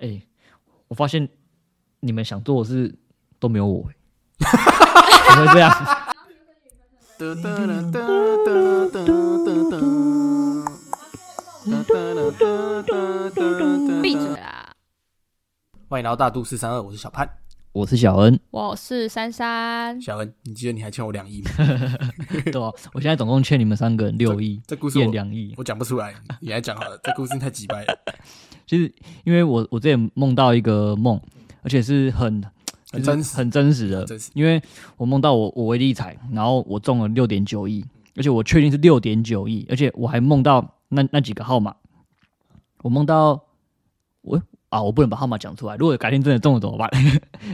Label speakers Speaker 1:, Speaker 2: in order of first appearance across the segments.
Speaker 1: 哎、我发现你们想做的事都没有我、欸， 怎么会这样？
Speaker 2: 哒哒哒哒哒哒哒哒。
Speaker 3: 闭嘴啊啦！
Speaker 2: 欢迎来到大都市三二，我是小潘，
Speaker 1: 我是小 恩，
Speaker 3: 我是珊珊，
Speaker 2: 小恩，你记得你还欠我两 亿吗？
Speaker 1: 对吧、我现在总共欠你们三个人六亿，
Speaker 2: 这故事
Speaker 1: 一人
Speaker 2: 我
Speaker 1: 两亿。
Speaker 2: 我讲不出来，你来讲好了。这故事太鸡掰 了，
Speaker 1: 其实因为我我之前梦到一个梦，而且是很就
Speaker 2: 很
Speaker 1: 是
Speaker 2: 真实
Speaker 1: 很真实的
Speaker 2: 很真实，
Speaker 1: 因为我梦到我我威力彩，然后我中了六点九亿，而且我确定是六点九亿，而且我还梦到那那几个号码，我梦到我啊，我不能把号码讲出来，如果改天真的中了怎么办？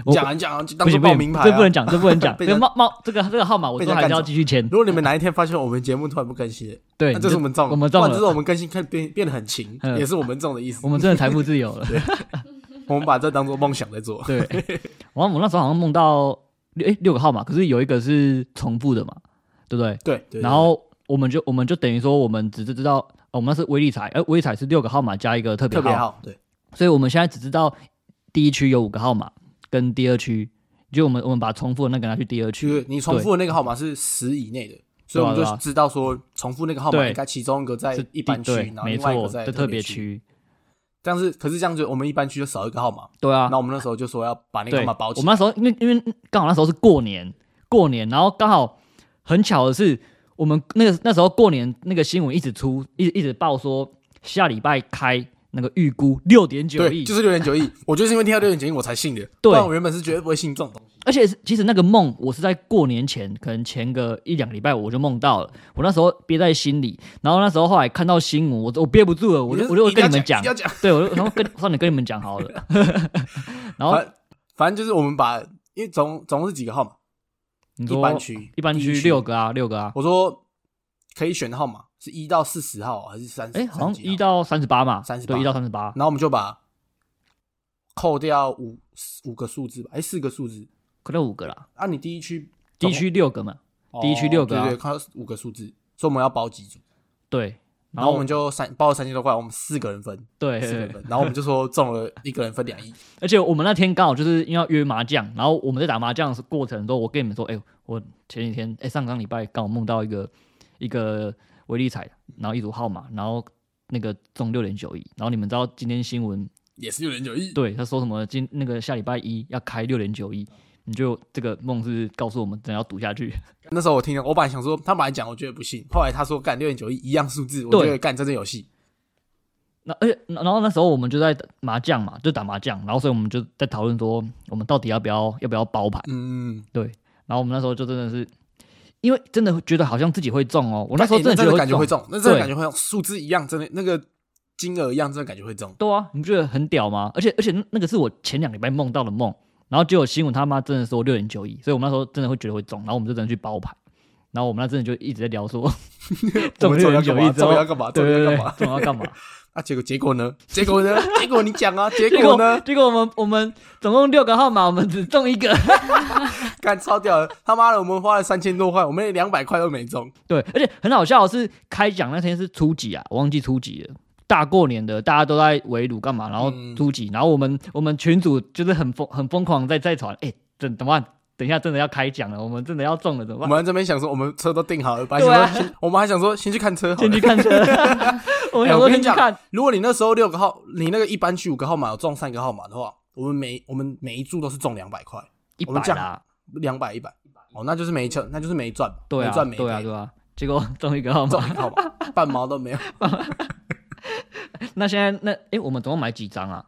Speaker 1: 我
Speaker 2: 讲啊讲啊，就当
Speaker 1: 不
Speaker 2: 做
Speaker 1: 行不
Speaker 2: 报
Speaker 1: 行
Speaker 2: 名牌、啊，
Speaker 1: 这不能讲，这不能讲，
Speaker 2: 被
Speaker 1: 这
Speaker 2: 人
Speaker 1: 个
Speaker 2: 家
Speaker 1: 冒冒这个这个号码我
Speaker 2: 被
Speaker 1: 都
Speaker 2: 人家
Speaker 1: 还是
Speaker 2: 干
Speaker 1: 要
Speaker 2: 走
Speaker 1: 继续签，
Speaker 2: 如果你们哪一天发现我们节目突然不更新了，
Speaker 1: 对，
Speaker 2: 那就是我们中了，
Speaker 1: 我们中
Speaker 2: 不然就是
Speaker 1: 了，
Speaker 2: 我们更新看变变得很勤，
Speaker 1: 嗯
Speaker 2: 也是我们中的意思
Speaker 1: 我。们真的财富自由了。
Speaker 2: 我们把这当做梦想在做，
Speaker 1: 对， 然后我那时候好像梦到六诶六个号码，可是有一个是重复的嘛，对不对？
Speaker 2: 对对。对
Speaker 1: 然后我们就我们就等于说我们只是知道、哦我们那是威力彩，而威力彩是六个号码加一个特别
Speaker 2: 特
Speaker 1: 号，
Speaker 2: 别好，对，
Speaker 1: 所以我们现在只知道第一区有五个号码跟第二区，就我们我们把重复的那个拿去第二
Speaker 2: 就是
Speaker 1: 区，
Speaker 2: 你重复的那个号码是十以内的，所以我们
Speaker 1: 对啊对
Speaker 2: 就
Speaker 1: 啊
Speaker 2: 知道说重复那个号码
Speaker 1: 对
Speaker 2: 应该其中一个在
Speaker 1: 是
Speaker 2: 一般区，
Speaker 1: 对
Speaker 2: 然后
Speaker 1: 没
Speaker 2: 另外一个
Speaker 1: 错，
Speaker 2: 在
Speaker 1: 就特别
Speaker 2: 别。
Speaker 1: 区，
Speaker 2: 但是可是这样子，我们一般区就少一个号码，
Speaker 1: 对啊
Speaker 2: 那，我们那时候就说要把那个
Speaker 1: 对，
Speaker 2: 号码包起
Speaker 1: 我
Speaker 2: 来。
Speaker 1: 们那时候因为因为刚好那时候是过年，过年，然后刚好很巧的是，我们那个那时候过年那个新闻一直出，一直一直报说下礼拜开那个预估六点九
Speaker 2: 对，
Speaker 1: 亿，
Speaker 2: 就是六点九亿，我就是因为听到六点九亿我才信的，
Speaker 1: 对
Speaker 2: 不然我原本是绝对不会信这种东西。
Speaker 1: 而且是其实那个梦，我是在过年前，可能前个一两个礼拜我就梦到了，我那时候憋在心里，然后那时候后来看到新闻，我我憋不住了，我就我就
Speaker 2: 一定
Speaker 1: 跟
Speaker 2: 要
Speaker 1: 你们
Speaker 2: 讲，
Speaker 1: 讲
Speaker 2: 一定，要讲。
Speaker 1: 对，我就然后跟算了跟你们讲好了， 然后
Speaker 2: 反反正就是我们把，因为总总共是几个号码，
Speaker 1: 你
Speaker 2: 一
Speaker 1: 说
Speaker 2: 般区，
Speaker 1: 一般
Speaker 2: 第
Speaker 1: 区
Speaker 2: 一
Speaker 1: 六个啊六个啊，
Speaker 2: 我说可以选的号码是一到四十号还是三？
Speaker 1: 哎、好
Speaker 2: 30
Speaker 1: 像一
Speaker 2: 号，
Speaker 1: 到三十八嘛，
Speaker 2: 38
Speaker 1: 对，一到三十八，
Speaker 2: 然后我们就把扣掉五五个数字吧，哎，四个数字。
Speaker 1: 可能五个啦，
Speaker 2: 啊，你第一区
Speaker 1: 第
Speaker 2: 总
Speaker 1: 一区六个嘛，
Speaker 2: 哦
Speaker 1: 第一区六个啊
Speaker 2: 对对，看到五个数字，所以我们要包几组，
Speaker 1: 对，
Speaker 2: 然后我们就三包了三千多块，我们四个人分，
Speaker 1: 对
Speaker 2: 四个人
Speaker 1: 对，
Speaker 2: 分，然后我们 就说中了一个人分两亿，
Speaker 1: 而且我们那天刚好就是因为要约麻将，然后我们在打麻将的过程中，我跟你们说，哎、我前几天，哎、上上礼拜刚好梦到一个一个威力彩，然后一组号码，然后那个中六点九亿，然后你们知道今天新闻
Speaker 2: 也是六点九亿。
Speaker 1: 对他说什么今那个下礼拜一要开六点九亿，你就这个梦是告诉我们真的要赌下去，
Speaker 2: 那时候我听了，我本来想说他本来讲我觉得不信，后来他说干六点九亿一样数字，我
Speaker 1: 对
Speaker 2: 觉得干真的有戏。
Speaker 1: 那而且然后那时候我们就在麻将嘛，就打麻将，然后所以我们就在讨论说，我们到底要不要要不要包牌？
Speaker 2: 嗯，
Speaker 1: 然后我们那时候就真的是，因为真的觉得好像自己会中哦，我
Speaker 2: 我
Speaker 1: 那时候真的觉得
Speaker 2: 感觉会
Speaker 1: 中，
Speaker 2: 哎中，那真
Speaker 1: 对
Speaker 2: 的感觉会中，数字一样，真的那个金额一样，真的感觉会中。
Speaker 1: 对啊，你不觉得很屌吗？而且而且那那个是我前两礼拜梦到的梦，然后结果新闻他妈真的说六点九亿，所以我们那时候真的会觉得会中，然后我们就真的去包 牌，然后我们那真的就一直在聊说
Speaker 2: 我
Speaker 1: 中
Speaker 2: 们中
Speaker 1: 六
Speaker 2: 要
Speaker 1: 点
Speaker 2: 干
Speaker 1: 九
Speaker 2: 嘛？
Speaker 1: 亿之
Speaker 2: 中
Speaker 1: 后
Speaker 2: 了要，干嘛？
Speaker 1: 对
Speaker 2: 中了
Speaker 1: 对
Speaker 2: 要
Speaker 1: 对
Speaker 2: 干嘛，？
Speaker 1: 中了要干 嘛？
Speaker 2: 啊，结果结果呢？结果呢？结果你讲啊，结
Speaker 1: 结
Speaker 2: 果呢
Speaker 1: 果？结果我们我们总共六个号码，我们只中一个。
Speaker 2: 干超屌了！他妈的，我们花了三千多块，我们连两百块都没中。
Speaker 1: 对，而且很好笑的是，开奖那天是初几啊？我忘记初几了。大过年的，大家都在围炉干嘛？然后
Speaker 2: 嗯
Speaker 1: 初几，然后我们我们群主就是很疯很疯狂在在传，哎、等怎么办？等一下真的要开奖了，我们真的要中了，怎么
Speaker 2: 我
Speaker 1: 办？
Speaker 2: 们在这边想说，我们车都订好了，本来
Speaker 1: 对啊
Speaker 2: 想说先，我们还想说先去看车好
Speaker 1: 先
Speaker 2: 了。
Speaker 1: 去看 车，我们想
Speaker 2: 我
Speaker 1: 说
Speaker 2: 跟
Speaker 1: 先
Speaker 2: 你
Speaker 1: 去
Speaker 2: 讲
Speaker 1: 看，
Speaker 2: 如果你那时候六个号，你那个一般区五个号码有中三个号码的话，我们每我们每一注都是中两百块，
Speaker 1: 一
Speaker 2: 我
Speaker 1: 百
Speaker 2: 们讲
Speaker 1: 啦，
Speaker 2: 两百一百。哦，那就是没赚，那就是没赚，
Speaker 1: 对
Speaker 2: 没
Speaker 1: 啊，
Speaker 2: 赚没
Speaker 1: 对啊，
Speaker 2: 赔，
Speaker 1: 对啊。结果 中一个号
Speaker 2: 中
Speaker 1: 码，
Speaker 2: 一个号码，半毛都没有，
Speaker 1: 那现在那哎、诶我们总共买几张啊？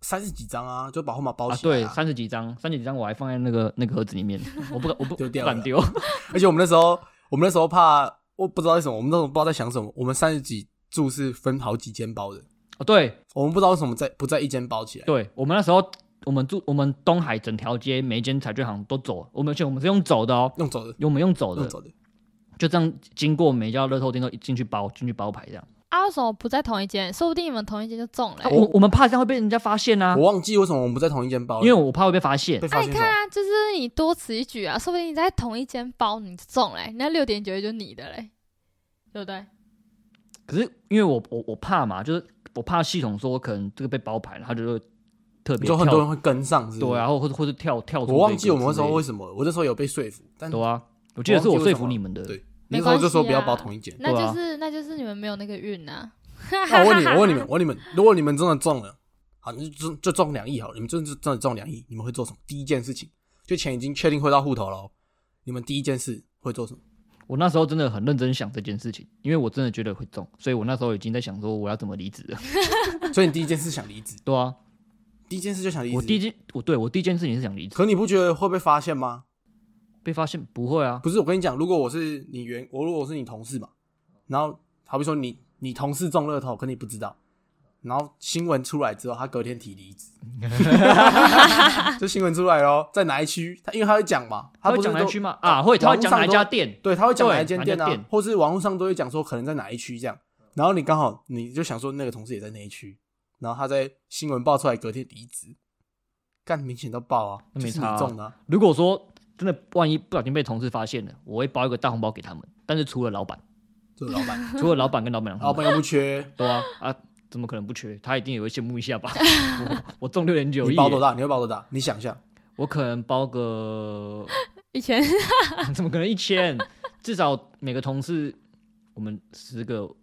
Speaker 2: 三十几张啊，就把号码包
Speaker 1: 啊，
Speaker 2: 起来
Speaker 1: 对，
Speaker 2: 啊。
Speaker 1: 三十几张，三十几张我还放在那个那个盒子里面，我不敢，我不
Speaker 2: 丢
Speaker 1: 不
Speaker 2: 掉
Speaker 1: 敢
Speaker 2: 了
Speaker 1: 丢。 哦
Speaker 2: 而且我们那时候，我们那时候怕，我不知道为什么，我们那时候不知道在想什么，我们三十几注是分好几间包的，
Speaker 1: 哦，对，
Speaker 2: 我们不知道为什么在不在一间包起来。
Speaker 1: 对我们那时候，我们住我们东海整条街每一间彩券行都走，我们而且我们是用走的哦，
Speaker 2: 用走的，
Speaker 1: 我们用走
Speaker 2: 用
Speaker 1: 的，
Speaker 2: 走的。
Speaker 1: 就这样经过每一家乐透店都进去包进去包牌这样。
Speaker 3: 啊，为什么不在同一间？说不定你们同一间就中了、
Speaker 1: 啊
Speaker 3: 欸
Speaker 1: 我我们怕这样会被人家发现啊
Speaker 2: 哦我，忘记为什么我们不在同一间包了，
Speaker 1: 因为我怕会被发现
Speaker 2: 被。
Speaker 3: 那、
Speaker 2: 发
Speaker 3: 你
Speaker 2: 现
Speaker 3: 看
Speaker 2: 了。
Speaker 3: 啊，就是你多此一举啊，说不定你在同一间包你就中了、那六点九就你的嘞，对不对？
Speaker 1: 可是因为我我我怕嘛，就是我怕系统说可能这个被包牌，然后他就会特
Speaker 2: 你
Speaker 1: 别
Speaker 2: 说
Speaker 1: 跳，
Speaker 2: 很多人会跟上，是不是
Speaker 1: 对啊，，或者或者跳跳出。
Speaker 2: 我忘记我们那时候为什么，我那时候有被说服，但
Speaker 1: 对啊，我记得是我说服你们的，
Speaker 2: 对，那
Speaker 3: 没
Speaker 2: 时
Speaker 3: 关
Speaker 2: 候
Speaker 3: 系
Speaker 2: 就说不要
Speaker 3: 啊
Speaker 2: 包同一间。
Speaker 3: 那
Speaker 1: 对啊
Speaker 3: 就是那就是你们没有那个运啊呐。
Speaker 2: 那我问你，我问你们，我问你们，如果你们真的中了，好，你就中就中两亿好了，你们真的真的中两亿，你们会做什么？第一件事情，就钱已经确定汇到户头了哦，你们第一件事会做什么？
Speaker 1: 我那时候真的很认真想这件事情，因为我真的觉得会中，所以我那时候已经在想说我要怎么离职了。
Speaker 2: 所以你第一件事想离职，
Speaker 1: 对啊，
Speaker 2: 第一件事就想离职。
Speaker 1: 我第一件我对我第一件事情是想离职，
Speaker 2: 可你不觉得会被发现吗？
Speaker 1: 被发现不会啊，
Speaker 2: 不是，我跟你讲，如果我是你员，我如果我是你同事嘛，然后好比说你你同事中乐透，可你不知道，然后新闻出来之后，他隔天提离 职，就新闻出来咯，在哪一区？他因为他会讲嘛，
Speaker 1: 他
Speaker 2: 不
Speaker 1: 会
Speaker 2: 是
Speaker 1: 讲哪
Speaker 2: 都
Speaker 1: 一区嘛啊，会他会讲哪一家，店，
Speaker 2: 网络上都对，他会讲哪一
Speaker 1: 对
Speaker 2: 间
Speaker 1: 哪一
Speaker 2: 店
Speaker 1: 家店
Speaker 2: 啊，或是网络上都会讲说可能在哪一区这样，然后你刚好你就想说那个同事也在那一区，然后他在新闻爆出来隔天离职，干明显都爆啊，
Speaker 1: 那没
Speaker 2: 就是
Speaker 1: 差啊
Speaker 2: 你中的啊、
Speaker 1: 如果说真的万一不小心被同事发现了，我会包一个大红包给他们，但是除了老板，
Speaker 2: 就是老板，
Speaker 1: 除了老板跟老板娘他
Speaker 2: 老
Speaker 1: 们，
Speaker 2: 板又不缺，
Speaker 1: 对啊啊，怎么可能不缺？他一定也会羡慕一下 吧？我我中六点九
Speaker 2: 你
Speaker 1: 亿
Speaker 2: 包多
Speaker 1: 耶，
Speaker 2: 大？你会包多大？你想一下，
Speaker 1: 我可能包个
Speaker 3: 以前
Speaker 2: 哦
Speaker 1: 怎么可能一千？至少每个同事，我们十个，我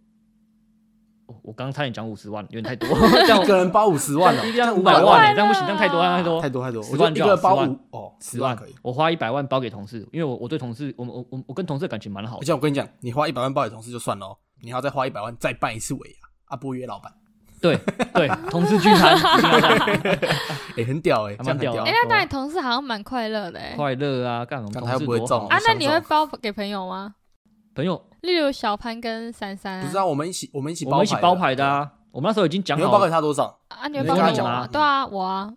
Speaker 1: 我刚刚差点讲五十万，有点太多， 这样
Speaker 2: 一个人包五十万哦，
Speaker 1: 一
Speaker 2: 这
Speaker 1: 张
Speaker 2: 样
Speaker 1: 五
Speaker 2: 五
Speaker 1: 百
Speaker 2: 百
Speaker 1: 万、
Speaker 2: 万，哦
Speaker 1: 欸，这样不行，这样太多，这样太多，
Speaker 2: 太多太多，
Speaker 1: 10
Speaker 2: 我觉得
Speaker 1: 万
Speaker 2: 一
Speaker 1: 就好
Speaker 2: 个人包
Speaker 1: 10万
Speaker 2: 五哦，
Speaker 1: 十
Speaker 2: 十
Speaker 1: 万
Speaker 2: 万可以。
Speaker 1: 我花一百万包给同事，因为我我对同事，我们我我我跟同事感情蛮好
Speaker 2: 而
Speaker 1: 的，
Speaker 2: 且我跟你讲，你花一百万包给同事就算了哦，你还要再花一百万再办一次尾牙，啊不约老板，
Speaker 1: 对对，同事聚 餐一定要这样
Speaker 2: 哎，很屌哎，
Speaker 1: 还
Speaker 2: 这样
Speaker 1: 蛮
Speaker 2: 很
Speaker 1: 屌的啊
Speaker 2: 屌
Speaker 3: 哎，那当你同事好像蛮快乐的哎。
Speaker 1: 快乐啊，干我们
Speaker 2: 干
Speaker 1: 同
Speaker 2: 他又
Speaker 1: 事
Speaker 2: 不会
Speaker 1: 多
Speaker 2: 中
Speaker 1: 好
Speaker 3: 啊，那
Speaker 2: 想
Speaker 3: 你
Speaker 2: 中
Speaker 3: 会包给朋友吗？
Speaker 1: 朋友，
Speaker 3: 例如小潘跟珊珊
Speaker 2: 不
Speaker 3: 啊
Speaker 2: 是啊，我们一起我们一起
Speaker 1: 我们一起包牌的
Speaker 2: 啊，
Speaker 1: 啊，我们那时候已经讲
Speaker 2: 你
Speaker 1: 好
Speaker 2: 会
Speaker 1: 了，
Speaker 2: 包给他多少？
Speaker 3: 啊，你会
Speaker 2: 你
Speaker 3: 包
Speaker 2: 会跟
Speaker 3: 给我
Speaker 2: 他讲
Speaker 3: 吗
Speaker 2: 吗
Speaker 3: 对啊，我啊。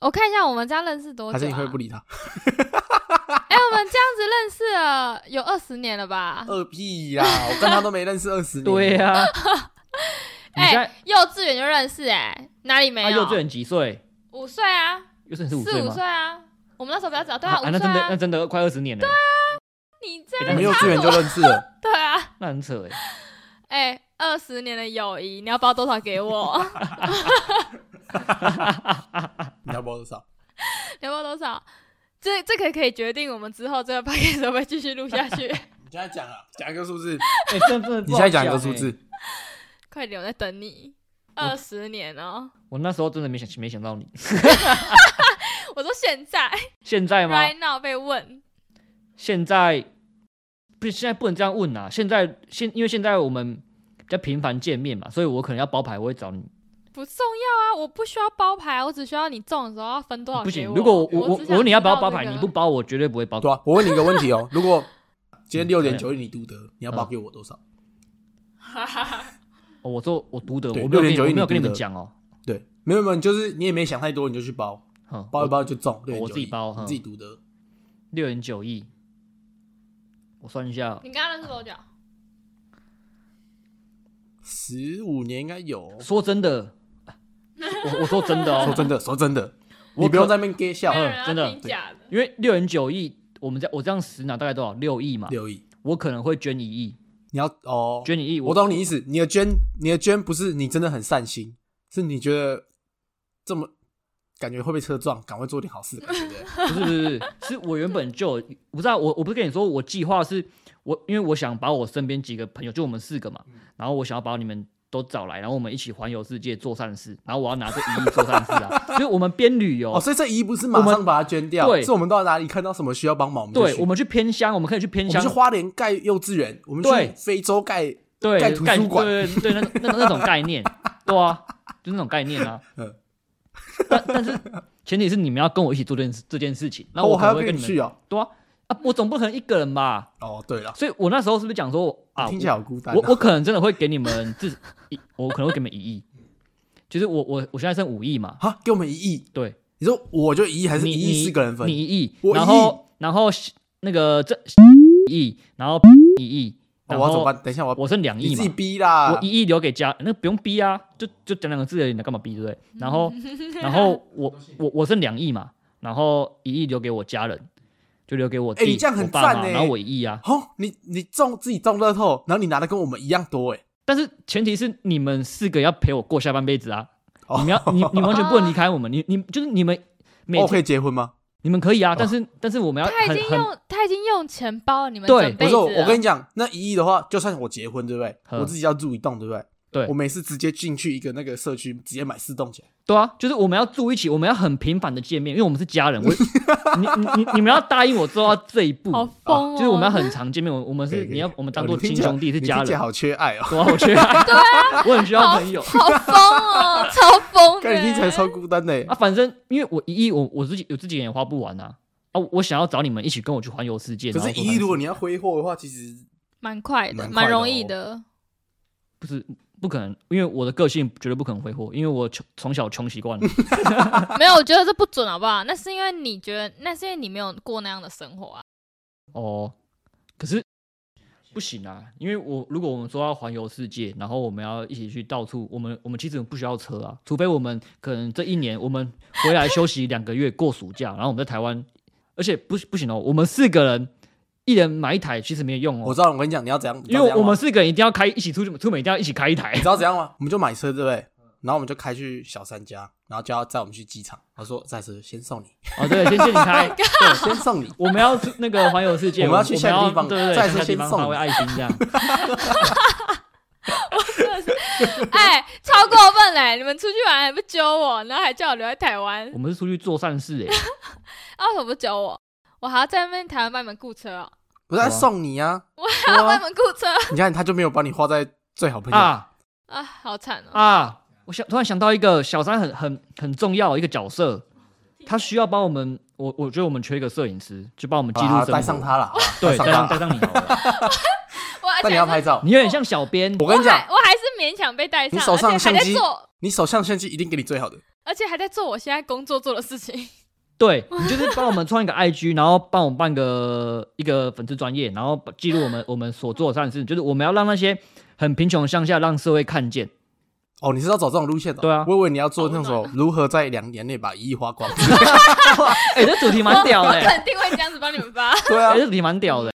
Speaker 3: 我看一下我们这样认识多久、啊？
Speaker 2: 还是你会不理他？
Speaker 3: 哎、我们这样子认识了有二十年了吧？
Speaker 2: 二屁呀，我跟他都没认识二十年，
Speaker 1: 对， 呀、你
Speaker 3: 哎
Speaker 1: 现在、
Speaker 3: 幼稚园就认识哎、哪里没有？
Speaker 1: 啊幼稚园几岁？
Speaker 3: 五岁啊，
Speaker 1: 幼稚园是五
Speaker 3: 四
Speaker 1: 岁
Speaker 3: 五
Speaker 1: 吗？
Speaker 3: 岁啊。我们那时候比较早，对
Speaker 1: 啊
Speaker 3: 啊，五啊岁
Speaker 1: 那真的哎
Speaker 3: 啊
Speaker 1: 那真的快二十年了，
Speaker 3: 你这
Speaker 2: 我们幼稚园就认识了，
Speaker 3: 对啊，
Speaker 1: 那很扯哎、
Speaker 3: 哎、二十年的友谊，你要包多少给我？
Speaker 2: 你要包多少？
Speaker 3: 你要包多少？这这个可以决定我们之后这个 p o d c a s 会不会继续录下 去。
Speaker 2: 你现在讲啊，讲一个数字，
Speaker 1: 哎、真的真的
Speaker 2: 你
Speaker 1: 不好
Speaker 2: 现在讲一个
Speaker 1: 欸
Speaker 2: 数字，
Speaker 3: 快点，我在等你。二十年哦、
Speaker 1: 我那时候真的没想没想到你，
Speaker 3: 我说现在
Speaker 1: 现在吗？
Speaker 3: right now 被问，
Speaker 1: 现在不是现在不能这样问啊！现在现因为现在我们比较频繁见面嘛，所以我可能要包牌，我会找你。
Speaker 3: 不重要啊，我不需要包牌，啊我只需要你中的时候要分多少
Speaker 1: 不
Speaker 3: 给
Speaker 1: 行，
Speaker 3: 我。
Speaker 1: 如果我
Speaker 3: 我
Speaker 1: 我
Speaker 3: 只想
Speaker 1: 我问你要不要包
Speaker 3: 知道
Speaker 1: 牌，
Speaker 3: 这个
Speaker 1: 你不包，我绝对不会包。
Speaker 2: 对啊，我问你一个问题哦，如果今天六
Speaker 1: 嗯
Speaker 2: 点
Speaker 1: 对嗯
Speaker 2: 九亿你读得，你要包给我多少？
Speaker 1: 哦我说我读的，
Speaker 2: 对
Speaker 1: 我没有跟你
Speaker 2: 6.91
Speaker 1: 我没有跟你们
Speaker 2: 你读的
Speaker 1: 讲哦。
Speaker 2: 对，没有没有，你就是你也没想太多，你就去包，
Speaker 1: 哼，
Speaker 2: 包一包就中，对，
Speaker 1: 我自己包
Speaker 2: 你
Speaker 1: 嗯
Speaker 2: 自己读的，
Speaker 1: 六点九亿，我算一下，
Speaker 3: 你刚刚认识多久？
Speaker 2: 十五年应该有。
Speaker 1: 说真的，我我说真的
Speaker 2: 说
Speaker 1: 哦，
Speaker 2: 真的，说真的，
Speaker 1: 我
Speaker 2: 你不用
Speaker 1: 可
Speaker 2: 在那边 gay 笑
Speaker 3: 没，有人要
Speaker 1: 嗯真的
Speaker 3: 听假的。
Speaker 1: 因为六点九亿，我们这我这样实拿大概多少？六亿嘛，
Speaker 2: 六亿，
Speaker 1: 我可能会捐一亿，
Speaker 2: 你要哦，
Speaker 1: 捐一亿，
Speaker 2: 我懂你意思，你的捐，你的捐不是你真的很善心，是你觉得这么感觉会被车撞，赶快做点好事的感觉， 对不对
Speaker 1: 不是不是，不是，是我原本就有我不知道，我我不是跟你说，我计划是我因为我想把我身边几个朋友，就我们四个嘛，然后我想要把你们都找来，然后我们一起环游世界做善事，然后我要拿这一亿做善事啊，就是我们边旅游。
Speaker 2: 哦，所以这一不是马
Speaker 1: 我
Speaker 2: 上
Speaker 1: 们
Speaker 2: 把它捐掉，
Speaker 1: 对
Speaker 2: 是我们到哪里看到什么需要帮忙，我们就
Speaker 1: 对，
Speaker 2: 去
Speaker 1: 我们去偏乡，我们可以去偏
Speaker 2: 我
Speaker 1: 乡
Speaker 2: 们去，花莲盖幼稚园，我们
Speaker 1: 对
Speaker 2: 去非洲盖，
Speaker 1: 对，
Speaker 2: 盖图书馆
Speaker 1: 对对对，那那那那种概念，对啊，就那种概念啊。
Speaker 2: 嗯
Speaker 1: 但但是前提是你们要跟我一起做这件事这件事情，那
Speaker 2: 哦我
Speaker 1: 可
Speaker 2: 还
Speaker 1: 能
Speaker 2: 要
Speaker 1: 会
Speaker 2: 跟
Speaker 1: 跟
Speaker 2: 你
Speaker 1: 你们
Speaker 2: 去哦。
Speaker 1: 对啊啊，我总不可能一个人吧，
Speaker 2: 哦，对了，
Speaker 1: 所以我那时候是不是讲说啊，
Speaker 2: 听起来好孤单
Speaker 1: 我
Speaker 2: 哦。
Speaker 1: 我可能真的会给你们至 一，我可能会给你们一亿，就是我我我现在剩五亿嘛，
Speaker 2: 好，给我们一亿，
Speaker 1: 对，
Speaker 2: 你说我就一亿，还是
Speaker 1: 你
Speaker 2: 一亿
Speaker 1: 你
Speaker 2: 四个人分？哦
Speaker 1: 你一亿，
Speaker 2: 我
Speaker 1: 然
Speaker 2: 一
Speaker 1: 后然后那个这一亿，然后一亿，
Speaker 2: 哦
Speaker 1: 然
Speaker 2: 我要怎
Speaker 1: 后
Speaker 2: 么办？等一下，我要
Speaker 1: 我剩两
Speaker 2: 你
Speaker 1: 亿
Speaker 2: 自己
Speaker 1: 嘛，
Speaker 2: 逼啊啦。
Speaker 1: 我一亿留给家，那不用逼啊，就就讲两个字而已，你干嘛逼对不对？然后然后我我我剩两亿嘛，然后一亿留给我家人，就留给我
Speaker 2: 哎
Speaker 1: 弟、
Speaker 2: 你这样很
Speaker 1: 我爸
Speaker 2: 赞
Speaker 1: 妈，
Speaker 2: 欸
Speaker 1: 然后我一亿啊，
Speaker 2: 哦，你你中自己中乐透，然后你拿的跟我们一样多哎。
Speaker 1: 但是前提是你们四个要陪我过下半辈子啊。
Speaker 2: 哦
Speaker 1: 你们要你你完全
Speaker 3: 哦
Speaker 1: 不能离开我们，你你就是你们每
Speaker 2: 我
Speaker 1: 天
Speaker 2: 可以结婚吗？
Speaker 1: 你们可
Speaker 2: 哦
Speaker 1: 以啊，但是但是我们要
Speaker 3: 他已
Speaker 1: 很
Speaker 3: 经
Speaker 1: 很
Speaker 3: 用他已经用钱包了你们
Speaker 1: 对
Speaker 3: 整
Speaker 2: 不
Speaker 3: 辈
Speaker 2: 是
Speaker 3: 子
Speaker 2: 我，我跟
Speaker 3: 了
Speaker 2: 你讲，那一亿的话，就算我结婚，对不对？
Speaker 1: 嗯
Speaker 2: 我自己要住一栋，对不对？
Speaker 1: 对
Speaker 2: 我每次直接进去一个那个社区，直接买四栋起来。
Speaker 1: 对啊，就是我们要住一起，我们要很频繁的见面，因为我们是家人。我 你你你你们要答应我做到这一步，
Speaker 2: 啊
Speaker 3: 好疯哦，
Speaker 1: 就是我们要很常见面。我我们是
Speaker 2: 可以可以
Speaker 1: 你要我们当
Speaker 2: 哦
Speaker 1: 做
Speaker 2: 你听
Speaker 1: 亲
Speaker 2: 起来
Speaker 1: 兄弟是
Speaker 2: 你
Speaker 1: 家
Speaker 2: 听起来
Speaker 1: 人，
Speaker 2: 好缺 爱哦！
Speaker 1: 对啊，我 缺爱，对啊， 我很需要朋友
Speaker 3: 好疯哦，超疯的
Speaker 2: 看你听起来
Speaker 3: 欸，
Speaker 2: 超孤单的耶。哎
Speaker 1: 啊。反正因为我一亿，我我自己我自己也花不完啊啊！我想要找你们一起跟我去环游世界，
Speaker 2: 可是，
Speaker 1: 然后做
Speaker 2: 一亿
Speaker 1: 三
Speaker 2: 如果
Speaker 1: 次
Speaker 2: 你要挥霍的话，其实
Speaker 3: 蛮快的，
Speaker 2: 蛮快的
Speaker 3: 蛮容易
Speaker 2: 哦
Speaker 3: 的。
Speaker 1: 不是不可能，因为我的个性绝对不可能挥霍，因为我穷从小穷习 惯了。
Speaker 3: 没有，我觉得这不准好不好？那是因为你觉得，那是因为你没有过那样的生活啊。
Speaker 1: 哦，可是不行啊，因为我如果我们说要环游世界，然后我们要一起去到处，我们我们其实不需要车啊，除非我们可能这一年我们回来休息两个月过暑假，然后我们在台湾，而且不不行哦，我们四个人一人买一台其实没有用
Speaker 2: 我
Speaker 1: 哦，
Speaker 2: 知道，我跟你讲，你要怎样？你知
Speaker 1: 因
Speaker 2: 道怎
Speaker 1: 为
Speaker 2: 样
Speaker 1: 我
Speaker 2: 吗
Speaker 1: 们四个人一定要开一起出去出门一定要一起开一台
Speaker 2: 你知道怎样 吗？我们就买车，对不对？然后我们就开去小三家，然后就要载我们去机场。他说：“赛车先送你，
Speaker 1: 哦，对，先借你 开，
Speaker 2: 对，先送你。
Speaker 1: 我们要出那个环游世界，
Speaker 2: 我
Speaker 1: 我
Speaker 2: 们要
Speaker 1: 们
Speaker 2: 去
Speaker 1: 我
Speaker 2: 下
Speaker 1: 们
Speaker 2: 一个
Speaker 1: 要
Speaker 2: 地方
Speaker 1: 对对对，
Speaker 2: 再
Speaker 1: 下
Speaker 2: 说
Speaker 1: 个地
Speaker 2: 先
Speaker 1: 方
Speaker 2: 送
Speaker 1: 发挥
Speaker 2: 你
Speaker 1: 爱心这样，
Speaker 3: 哎，超过分嘞！你们出去玩还不揪我，然后还叫我留在台湾，
Speaker 1: 我们是出去做善事哎、
Speaker 3: 啊，为什么不揪我？我还要在那边台湾帮你们雇车哦，
Speaker 2: 不是他
Speaker 1: 好啊
Speaker 2: 送你啊，
Speaker 3: 我
Speaker 2: 对
Speaker 3: 还
Speaker 2: 啊
Speaker 3: 要帮你们雇车
Speaker 2: 你看他就没有把你画在最好朋友。
Speaker 1: 啊。
Speaker 3: 啊，好惨哦！
Speaker 1: 啊，我想突然想到一个小三很很很重要的一个角色，他需要帮我们，我我觉得我们缺一个摄影师，就帮我们记录
Speaker 2: 啊
Speaker 1: 生活。
Speaker 2: 带上，他了，
Speaker 1: 对，
Speaker 2: 带
Speaker 1: 带上
Speaker 2: 上他
Speaker 1: 带上
Speaker 2: 啦。
Speaker 1: 你好了，
Speaker 3: 我而且
Speaker 2: 但你要拍
Speaker 3: 还是
Speaker 2: 照，
Speaker 1: 你有点像小 编，
Speaker 2: 我跟你
Speaker 3: 我
Speaker 2: 讲
Speaker 3: 还，我还是勉强被带上，
Speaker 2: 你手上
Speaker 3: 而且
Speaker 2: 相
Speaker 3: 还在
Speaker 2: 机
Speaker 3: 做，
Speaker 2: 你手相相机一定给你最好的。
Speaker 3: 而且还在做我现在工作做的事情。
Speaker 1: 对你就是帮我们创一个 IG，然后帮我们办个一个粉丝专业，然后把记录我们我们所做的善事，就是我们要让那些很贫穷的乡下让社会看见。
Speaker 2: 哦，你是要走这种路线的？
Speaker 1: 对啊
Speaker 2: 我以为你要做那种如何在两年内把一亿花光。
Speaker 1: 哎、这主题蛮 屌
Speaker 3: 我
Speaker 1: 的、 欸，
Speaker 3: 肯定会这样子帮你们发。
Speaker 2: 对
Speaker 1: 哎、
Speaker 2: 啊，
Speaker 1: 这主题蛮屌的、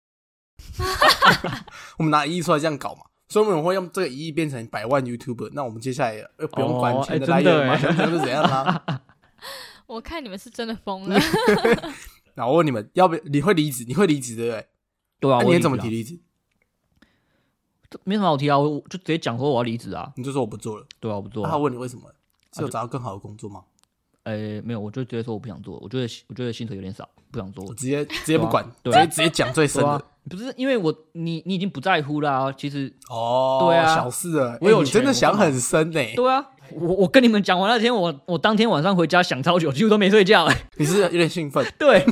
Speaker 2: 我们拿一亿出来这样搞嘛，所以我们会用这个一亿变成百万 YouTuber。那我们接下来又不用管
Speaker 1: 哦
Speaker 2: 钱的来
Speaker 1: 哎真的
Speaker 2: 源嘛，
Speaker 1: 哎
Speaker 2: 想怎样 就怎样啦。
Speaker 3: 我看你们是真的疯了，
Speaker 2: 然后我问你们，要不你会离职？你会离职对不对？
Speaker 1: 对啊，
Speaker 2: 那
Speaker 1: 我
Speaker 2: 你
Speaker 1: 也
Speaker 2: 也怎么提？离职？
Speaker 1: 没什么好提啊，我我就直接讲说我要离职啊，
Speaker 2: 你就说我不做了。
Speaker 1: 对啊，我不做
Speaker 2: 那
Speaker 1: 啊
Speaker 2: 他。问你为什么？是有找到更好的工作吗？
Speaker 1: 诶，哎没有，我就直接说我不想做，我觉得我觉得薪水有点少，不想做
Speaker 2: 我。直接直接不管，直
Speaker 1: 对啊
Speaker 2: 接直接讲最深
Speaker 1: 对啊不
Speaker 2: 的。，
Speaker 1: 是因为我你你已经不在乎啦、其实
Speaker 2: 哦，
Speaker 1: 对啊
Speaker 2: 小事了。
Speaker 1: 我有
Speaker 2: 哎你真的
Speaker 1: 钱
Speaker 2: 想
Speaker 1: 我干嘛
Speaker 2: 很深欸呢。
Speaker 1: 对啊，我我跟你们讲完那天，我我当天晚上回家想超久，几乎都没睡觉、哎，
Speaker 2: 你是有点兴奋，
Speaker 1: 对，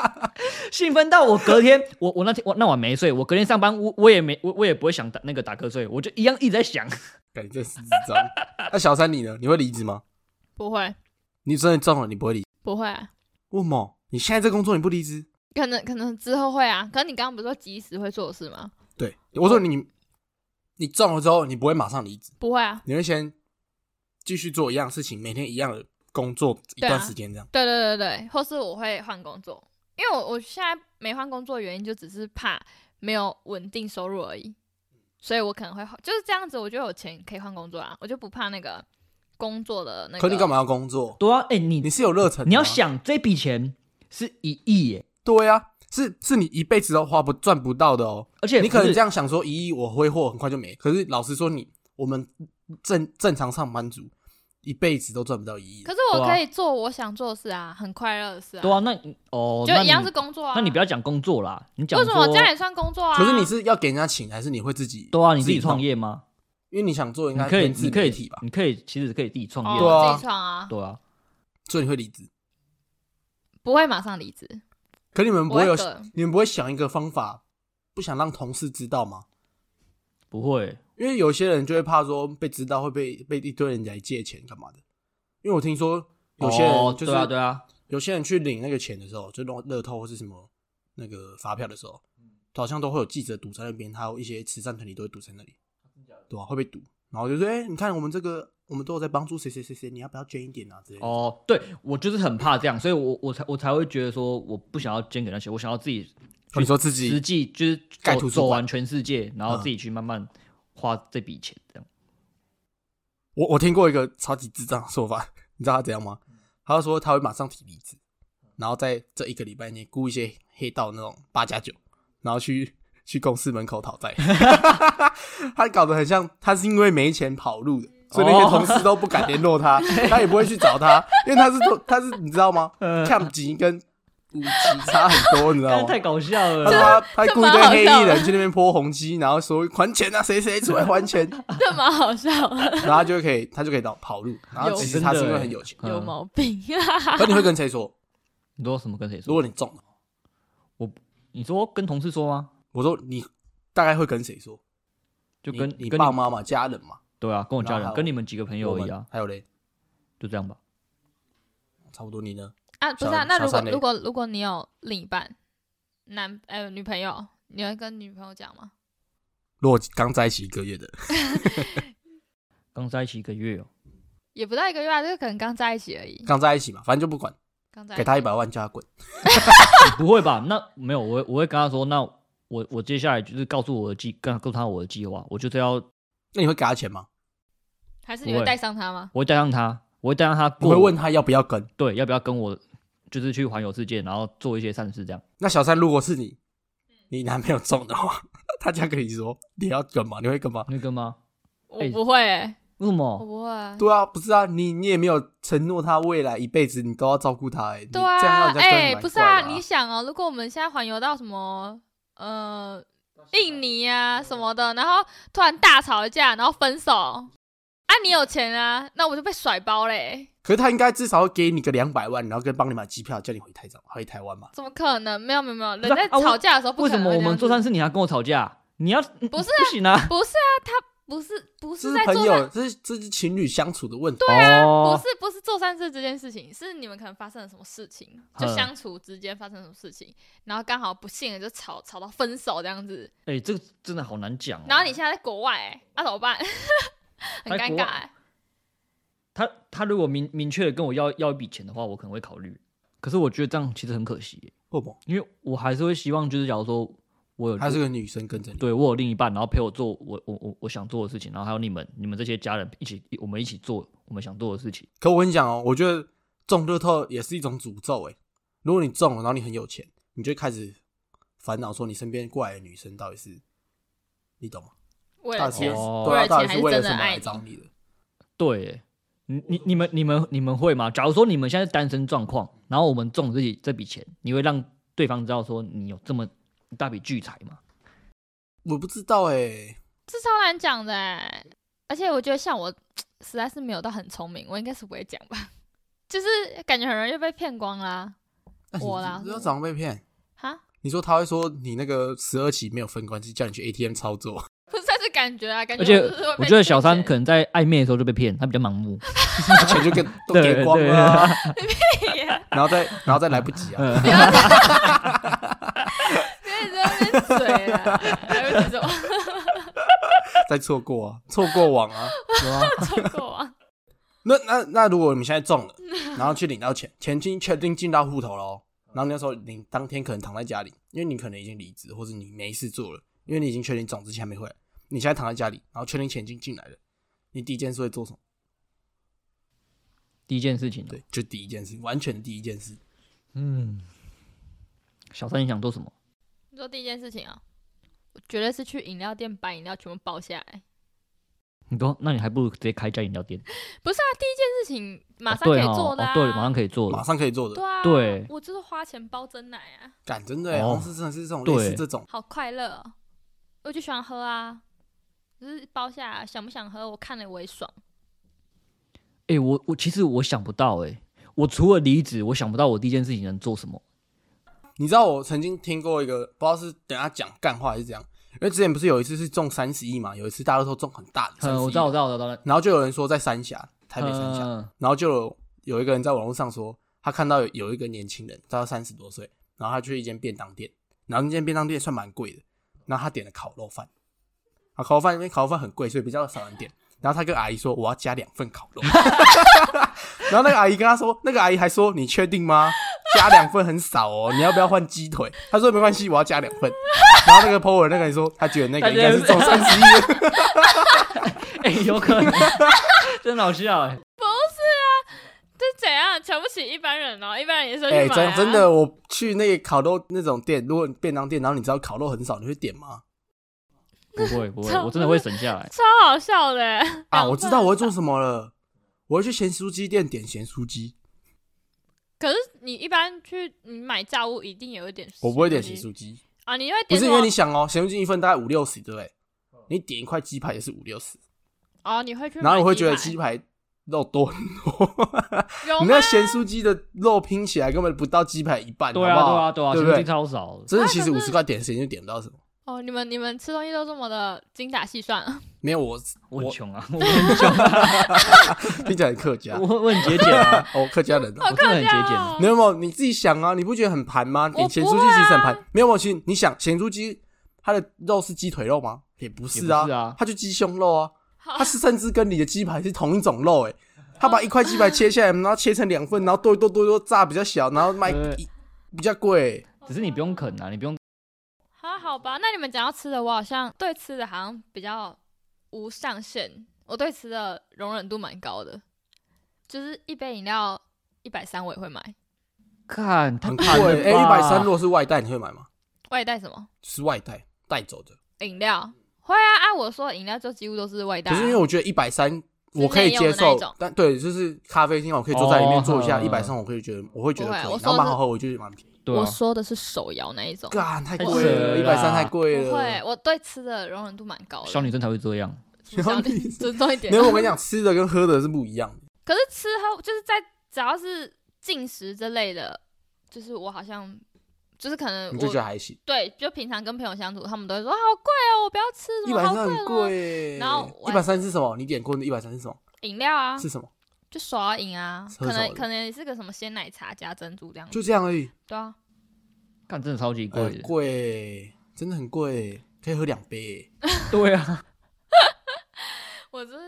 Speaker 1: 兴奋到我隔天，我我那天我那晚没睡，我隔天上班我我也没我我也不会想打那个打瞌睡，我就一样一直在想，
Speaker 2: 感觉真是智障。那小三你呢？你会离职吗？
Speaker 3: 不会，
Speaker 2: 你真的中了，你不会离？
Speaker 3: 不会、啊，
Speaker 2: 为什么？你现在这工作你不离职？
Speaker 3: 可能可能之后会啊。可是你刚刚不是说及时会做的事吗？
Speaker 2: 对，我说你，你中了之后，你不会马上离职，
Speaker 3: 不会啊，
Speaker 2: 你会先继续做一样事情，每天一样的工作一
Speaker 3: 对啊
Speaker 2: 段时间这样。
Speaker 3: 对对对对，或是我会换工作，因为我我现在没换工作，原因就只是怕没有稳定收入而已，所以我可能会换，就是这样子，我就有钱可以换工作啊，我就不怕那个工作的那个。
Speaker 2: 可你干？嘛要工作？
Speaker 1: 对啊，哎、你
Speaker 2: 你啊
Speaker 1: 你
Speaker 2: 是有热忱的吗，
Speaker 1: 要想这笔钱是一亿耶，
Speaker 2: 对啊，是是你一辈子都花不赚不到的哦。
Speaker 1: 而且
Speaker 2: 你
Speaker 1: 不
Speaker 2: 可能
Speaker 1: 是
Speaker 2: 这样想说，一亿我挥霍很快就没。可是老实说你，我们正正常上班族一辈子都赚不到一亿
Speaker 3: 可
Speaker 2: 的。
Speaker 3: 是我
Speaker 1: 对啊
Speaker 3: 可以做我想做的事啊，很快乐的事啊，
Speaker 1: 对啊，那你哦，
Speaker 3: 就
Speaker 1: 那
Speaker 3: 一样
Speaker 1: 你
Speaker 3: 是工作啊。
Speaker 1: 那你不要讲工作啦，你讲
Speaker 3: 为什么
Speaker 1: 说
Speaker 3: 这样也算工作啊？
Speaker 2: 可是你是要给人家请，还是你会自己？
Speaker 1: 对啊，你自己创
Speaker 2: 弄，
Speaker 1: 业吗？
Speaker 2: 因为你想做应
Speaker 1: 你
Speaker 2: 该
Speaker 1: 可以
Speaker 2: 偏自
Speaker 1: 你可以
Speaker 2: 媒体吧，
Speaker 1: 你可以其实可以自己创业
Speaker 2: 对
Speaker 1: 的，
Speaker 2: 啊
Speaker 3: 哦、自己创啊，
Speaker 1: 对啊。
Speaker 2: 所以你会离职。
Speaker 3: 不会马上离职，
Speaker 2: 可你们不会有
Speaker 3: 我会等
Speaker 2: 你们不会想一个方法，不想让同事知道吗？
Speaker 1: 不会，
Speaker 2: 因为有些人就会怕说被知道会被被一堆人来借钱干嘛的。因为我听说有些
Speaker 1: 哦
Speaker 2: 人就是、
Speaker 1: 对啊对啊，
Speaker 2: 有些人去领那个钱的时候，就弄乐透或是什么那个发票的时候，好像都会有记者堵在那边，还有一些慈善团体都会堵在那里，对吧、啊会被堵，然后就说：“哎、你看我们这个，我们都有在帮助谁谁谁谁，你要不要捐一点啊？”之类的。
Speaker 1: 哦，对我就是很怕这样，所以我我才我才会觉得说我不想要捐给那些，我想要自己
Speaker 2: 哦，你说自己
Speaker 1: 实际就是
Speaker 2: 盖
Speaker 1: 走
Speaker 2: 图书
Speaker 1: 走
Speaker 2: 馆
Speaker 1: 完全世界，然后自己去慢慢花这笔钱这样。
Speaker 2: 我我听过一个超级智障的说法，你知道他怎样吗？他就说他会马上提离职，然后在这一个礼拜内雇一些黑道那种八加九，然后去去公司门口讨债。 他搞得很像，他是因为没钱跑路的，所以那些
Speaker 1: 哦
Speaker 2: 同事都不敢联络
Speaker 3: 哦
Speaker 2: 他，他也不会去找他，因为他是他是你知道吗？
Speaker 3: 嗯
Speaker 1: 呃，
Speaker 2: 看级跟五级差很多，你知道吗？
Speaker 1: 太搞笑了。
Speaker 2: 他说他他
Speaker 3: 这
Speaker 2: 雇一
Speaker 3: 蛮
Speaker 2: 堆
Speaker 3: 好
Speaker 2: 黑
Speaker 3: 笑
Speaker 2: 衣
Speaker 3: 的
Speaker 2: 人去那边泼红漆，然后说还钱啊，谁谁出来还钱，
Speaker 3: 这蛮好笑 的，
Speaker 2: 然后他就可以他就可以到跑路，然后
Speaker 3: 有欸
Speaker 2: 其实他是因为很有钱。
Speaker 3: 有
Speaker 1: 嗯
Speaker 3: 毛病
Speaker 2: 可你会跟谁说？
Speaker 1: 你说什么跟谁
Speaker 2: 如
Speaker 1: 说？
Speaker 2: 果你中了，
Speaker 1: 你说跟同事说吗？
Speaker 2: 我说你大概会跟谁说？
Speaker 1: 就跟
Speaker 2: 你你
Speaker 1: 跟
Speaker 2: 爸妈嘛，家人嘛，
Speaker 1: 对啊，跟我家
Speaker 2: 然
Speaker 1: 人，
Speaker 2: 后
Speaker 1: 跟你们几个朋友
Speaker 2: 我
Speaker 1: 而
Speaker 2: 们
Speaker 1: 已啊，
Speaker 2: 还有嘞，
Speaker 1: 就这样吧。
Speaker 2: 差不多你呢？
Speaker 3: 啊！不是啊，
Speaker 2: 小
Speaker 3: 那
Speaker 2: 小
Speaker 3: 如果
Speaker 2: 三类
Speaker 3: 如果如果你有另一半，男呃女朋友，你会跟女朋友讲吗？
Speaker 2: 如果刚在一起一个月的，
Speaker 1: 刚在一起一个月哦，
Speaker 3: 也不到一个月啊，就是可能刚在一起而已。
Speaker 2: 刚在一起嘛，反正就不管，
Speaker 3: 刚在一起
Speaker 2: 给他一百万叫他滚。
Speaker 1: 你不会吧？那没有，我会我会跟他说，那我我接下来就是告诉我的计，跟他告诉他我的计划，我就是要
Speaker 2: 那你会给他钱吗？
Speaker 3: 还是你
Speaker 1: 不
Speaker 3: 会
Speaker 1: 会
Speaker 3: 带上他吗？
Speaker 1: 我会带上他，我会带上他
Speaker 2: 你
Speaker 1: 过，
Speaker 2: 会问他要不要跟？
Speaker 1: 对要不要跟我就是去环游世界，然后做一些善事这样。
Speaker 2: 那小三如果是你，你男朋友中的话， 他这样跟你说你要跟吗？你会跟吗？
Speaker 1: 那个吗？
Speaker 3: 我
Speaker 1: 哎
Speaker 3: 不会、欸，
Speaker 1: 为什
Speaker 3: 我
Speaker 1: 么？
Speaker 3: 不会啊。
Speaker 2: 对啊，不是啊，你你也没有承诺他未来一辈子你都要照顾他、欸，哎，这
Speaker 3: 对
Speaker 2: 样让
Speaker 3: 啊，
Speaker 2: 人家跟
Speaker 3: 哎、
Speaker 2: 蛮
Speaker 3: 不是
Speaker 2: 怪
Speaker 3: 啊，
Speaker 2: 的
Speaker 3: 你想哦，如果我们现在环游到什么呃印尼啊什么的，然后突然大吵一架，然后分手，啊，你有钱啊，那我就被甩包嘞、
Speaker 2: 可是他应该至少要给你个两百万，然后跟帮你买机票，叫你回台长回台湾嘛。
Speaker 3: 怎么可能？没有没有没有，
Speaker 1: 是
Speaker 3: 人
Speaker 1: 啊
Speaker 3: 在
Speaker 1: 啊我
Speaker 3: 吵架的时候不
Speaker 1: 为
Speaker 3: 可
Speaker 1: 什
Speaker 3: 能
Speaker 1: 么
Speaker 3: 会
Speaker 1: 我
Speaker 3: 这样
Speaker 1: 们
Speaker 3: 子
Speaker 1: 做善事你还跟我吵架？你要
Speaker 3: 不是
Speaker 1: 不行啊？
Speaker 3: 不是啊，他不是不
Speaker 2: 这
Speaker 3: 是
Speaker 2: 是
Speaker 3: 在
Speaker 2: 朋
Speaker 3: 做善
Speaker 2: 友，这是这是情侣相处的问题。
Speaker 3: 啊不
Speaker 1: 哦，
Speaker 3: 是不是做善事这件事情，是你们可能发生了什么事情，就
Speaker 1: 嗯
Speaker 3: 相处之间发生什么事情，然后刚好不幸的就吵吵到分手这样子，
Speaker 1: 哎、这个真的好难讲、哦。
Speaker 3: 然后你现在在国外、欸，那、怎么办？ 很
Speaker 1: 在
Speaker 3: 尴
Speaker 1: 国
Speaker 3: 尬、
Speaker 1: 外
Speaker 3: 欸。
Speaker 1: 他他如果明明确的跟我要要一笔钱的话，我可能会考虑。可是我觉得这样其实很可惜耶，
Speaker 2: 不不，
Speaker 1: 因为我还是会希望，就是假如说我有
Speaker 2: 还是个女生跟着你。
Speaker 1: 对我有另一半，然后陪我做我我我我想做的事情，然后还有你们你们这些家人一起我们一起做我们想做的事情。
Speaker 2: 可我跟你讲哦，我觉得中乐透也是一种诅咒哎。如果你中了，然后你很有钱，你就会开始烦恼说你身边过来的女生到底是，你懂吗？
Speaker 3: 为
Speaker 2: 到
Speaker 3: 了
Speaker 2: 底是
Speaker 3: 钱，
Speaker 1: 哦
Speaker 2: 对啊，
Speaker 3: 为了钱
Speaker 2: 到底
Speaker 3: 还
Speaker 2: 是
Speaker 3: 是
Speaker 2: 为了
Speaker 3: 真的
Speaker 2: 什么
Speaker 3: 爱
Speaker 2: 来
Speaker 3: 你
Speaker 2: 找你的？
Speaker 1: 对耶，你你你们你们你们会吗？假如说你们现在是单身状况，然后我们中了自己这笔钱，你会让对方知道说你有这么一大笔巨财吗？
Speaker 2: 我不知道哎、
Speaker 3: 这超难讲的、欸。而且我觉得像我 实在是没有到很聪明，我应该是不会讲吧，就是感觉很容易就被骗光啦、
Speaker 2: 那你
Speaker 3: 我啦
Speaker 2: 不要早上被骗。
Speaker 3: 哈，
Speaker 2: 你说他会说你那个十二期没有分关系，叫你去 ATM 操作，
Speaker 3: 不是，这是感觉啊，感觉
Speaker 1: 而且
Speaker 3: 就是会被
Speaker 1: 我觉得小三
Speaker 3: 骗
Speaker 1: 可能在暧昧的时候就被骗，他比较盲 目。
Speaker 2: 钱 就给都给光了啊、
Speaker 3: 钱
Speaker 2: 然后再然后再来不及啊。
Speaker 1: 呃
Speaker 3: 不要在那边水啊 啦，还有这种
Speaker 2: 再错过啊，错过网啊。
Speaker 1: 有啊，
Speaker 3: 中国啊，
Speaker 2: 那那那如果你们现在中了，然后去领到钱，钱经确定进到户头喽，然后那时候你当天可能躺在家里，因为你可能已经离职，或者你没事做了，因为你已经确定中之前没回来，你现在躺在家里，然后确定钱已经进来了，你第一件事会做什么？
Speaker 1: 第一件事情哦，
Speaker 2: 对，就第一件事，完全第一件事，
Speaker 1: 嗯，小三你想做什么？
Speaker 3: 你说第一件事情啊，我绝对是去饮料店把饮料全部包下来。
Speaker 1: 你说，那你还不如直接开一家饮料店，
Speaker 3: 不是啊，第一件事情马
Speaker 1: 哦
Speaker 3: 上可
Speaker 1: 对
Speaker 3: 以
Speaker 1: 哦
Speaker 3: 做的、啊
Speaker 1: 哦对，马上可以做
Speaker 2: 马
Speaker 1: 了。
Speaker 2: 上可以做的
Speaker 3: 对。啊，
Speaker 1: 对
Speaker 3: 我就是花钱包真奶啊，
Speaker 2: 敢真的欸，
Speaker 1: 哦
Speaker 2: 好像是真的是这种类似
Speaker 1: 对
Speaker 2: 这种，
Speaker 3: 好快乐哦、我就喜欢喝啊，就是包下来，想不想喝？我看了我也爽。
Speaker 1: 哎、我我其实我想不到哎、我除了离职，我想不到我第一件事情能做什么。
Speaker 2: 你知道我曾经听过一个，不知道是等他讲干话还是怎样，因为之前不是有一次是中三十亿嘛，有一次大乐透中很大的，
Speaker 1: 嗯，我知道，我知
Speaker 2: 道，
Speaker 1: 道，我知道，我知道
Speaker 2: 然后就有人说在三峡，台北三峡，
Speaker 1: 嗯
Speaker 2: 然后就有有一个人在网络上说，他看到有有一个年轻人，大概三十多岁，然后他去一间便当店，然后那间便当店算蛮贵的，然后他点了烤肉饭，啊，烤肉饭因为烤肉饭很贵，所以比较少人点。然后他跟阿姨说：“我要加两份烤肉。” 然后那个阿姨跟他说：“那个阿姨还说，你确定吗？加两份很少哦，你要不要换鸡腿？”他说：“没关系，我要加两份。”然后那个 PO 文那个人说，他觉得那个应该是中三十一。
Speaker 1: 哎、有可 能，真的好笑哎、
Speaker 3: 这怎样瞧不起一般人哦？一般人也是要
Speaker 2: 哎、
Speaker 3: 去买、
Speaker 2: 真
Speaker 3: 啊
Speaker 2: 真的，我去那个烤肉那种店，如果便当店，然后你知道烤肉很少，你会点吗？
Speaker 1: 不会不会，
Speaker 3: 超
Speaker 1: 我真的会省下 来。
Speaker 3: 超好笑的欸
Speaker 2: 啊，我知道我会做什么了，我会去咸酥鸡店点咸酥鸡，
Speaker 3: 可是你一般去你买炸物一定也会点，
Speaker 2: 我不会点咸酥鸡，
Speaker 3: 啊，你会
Speaker 2: 不
Speaker 3: 点
Speaker 2: 是
Speaker 3: 什
Speaker 2: 因
Speaker 3: 么
Speaker 2: 为你想哦，咸酥鸡一份大概五六十，对不对？你点一块鸡排也是五六十，
Speaker 3: 哦，你会去买排，哦
Speaker 2: 然后我会觉得鸡排肉多很多，
Speaker 3: 有
Speaker 2: 你
Speaker 3: 吗
Speaker 2: 那？咸酥鸡的肉拼起来根本不到鸡排一半，
Speaker 1: 对
Speaker 2: 好
Speaker 1: 啊
Speaker 2: 不
Speaker 1: 对
Speaker 2: 好
Speaker 1: 啊对啊，
Speaker 2: 对
Speaker 1: 钱
Speaker 2: 不
Speaker 1: 金
Speaker 2: 对？
Speaker 1: 超少的。
Speaker 2: 真的，其实五十块点时间就点不到什么。
Speaker 3: 哦，你们你们吃东西都这么的精打细算，
Speaker 2: 没有我，
Speaker 1: 我
Speaker 2: 我
Speaker 1: 很穷啊， 我很穷，
Speaker 2: 听起来很客家，
Speaker 1: 我我很 节俭啊，
Speaker 2: 哦，客家人哦。
Speaker 1: 我真的很节俭啊。
Speaker 3: 哦
Speaker 2: 没有没有，你自己想啊，你不觉得很盘吗？
Speaker 3: 我
Speaker 2: 点咸
Speaker 3: 不
Speaker 2: 猪
Speaker 3: 会
Speaker 2: 鸡其实很
Speaker 3: 啊
Speaker 2: 盘。没有没有，其实你想咸猪鸡，它的肉是鸡腿肉吗？也不是
Speaker 1: 也
Speaker 2: 啊，
Speaker 1: 不是啊
Speaker 2: 它就鸡胸肉啊，
Speaker 3: 好
Speaker 2: 它是甚至跟你的鸡排是同一种肉诶、它把一块鸡排切下来，然后切成两份，然后剁一剁剁一剁炸比较小，然后卖
Speaker 1: 对
Speaker 2: 一比较贵、
Speaker 1: 只是你不用啃啊，你不用
Speaker 3: 还好吧，那你们讲到吃的，我好像对吃的好像比较无上限，我对吃的容忍度蛮高的，就是一杯饮料一百三我也会买，
Speaker 1: 看，太
Speaker 2: 很
Speaker 1: 怕
Speaker 2: 贵。哎，
Speaker 1: 了吧
Speaker 2: 一百三如果是外带，你会买吗？
Speaker 3: 外带什么
Speaker 2: 是外带带走的，
Speaker 3: 饮料？会啊，按我说的饮料就几乎都是外带、
Speaker 2: 可
Speaker 3: 啊。
Speaker 2: 是因为我觉得一百三我可以
Speaker 3: 内用的
Speaker 2: 接
Speaker 3: 那
Speaker 2: 受
Speaker 3: 一种，
Speaker 2: 但对，就是咖啡厅我可以坐在里面
Speaker 1: 哦
Speaker 2: 坐一下，
Speaker 1: 呵
Speaker 2: 一百三我可以觉得我会觉得
Speaker 3: 不会啊
Speaker 2: 可以，
Speaker 3: 我
Speaker 2: 然后
Speaker 3: 说
Speaker 2: 蛮
Speaker 3: 是
Speaker 2: 好喝，我觉得蛮便宜。
Speaker 1: 对啊
Speaker 3: 我，说的是手摇那一种，
Speaker 2: 干太
Speaker 1: 太
Speaker 2: 贵
Speaker 1: 扯
Speaker 2: 了，一百三
Speaker 1: 了
Speaker 2: 太贵
Speaker 3: 不会
Speaker 2: 了。，
Speaker 3: 我对吃的容忍度蛮高的。
Speaker 1: 小女生才会这样。
Speaker 3: 小女 尊重一点
Speaker 2: 没。有，我跟你讲，吃的跟喝的是不一样的。
Speaker 3: 可是吃喝就是在只要是进食之类的，就是我好像就是可能
Speaker 2: 你就觉得
Speaker 3: 我
Speaker 2: 还行，
Speaker 3: 对，就平常跟朋友相处，他们都会说好贵哦，我不要吃
Speaker 2: 一
Speaker 3: 什么
Speaker 2: 百
Speaker 3: 好
Speaker 2: 三很
Speaker 3: 贵哦，
Speaker 2: 贵。欸
Speaker 3: 然后
Speaker 2: 一
Speaker 3: 我还
Speaker 2: 百三是什么？你点过的一百三是什么？
Speaker 3: 饮料啊，
Speaker 2: 是什么？
Speaker 3: 就手摇饮啊，
Speaker 2: 喝
Speaker 3: 可
Speaker 2: 手摇
Speaker 3: 能
Speaker 2: 饮
Speaker 3: 可能也是个什么鲜奶茶加珍珠这样子，
Speaker 2: 就这样而已，
Speaker 3: 对啊，
Speaker 1: 看，真的超哎级贵
Speaker 2: 呃
Speaker 1: 的，
Speaker 2: 贵，真的很贵，可以喝两杯。欸
Speaker 1: 对啊。
Speaker 3: 我就是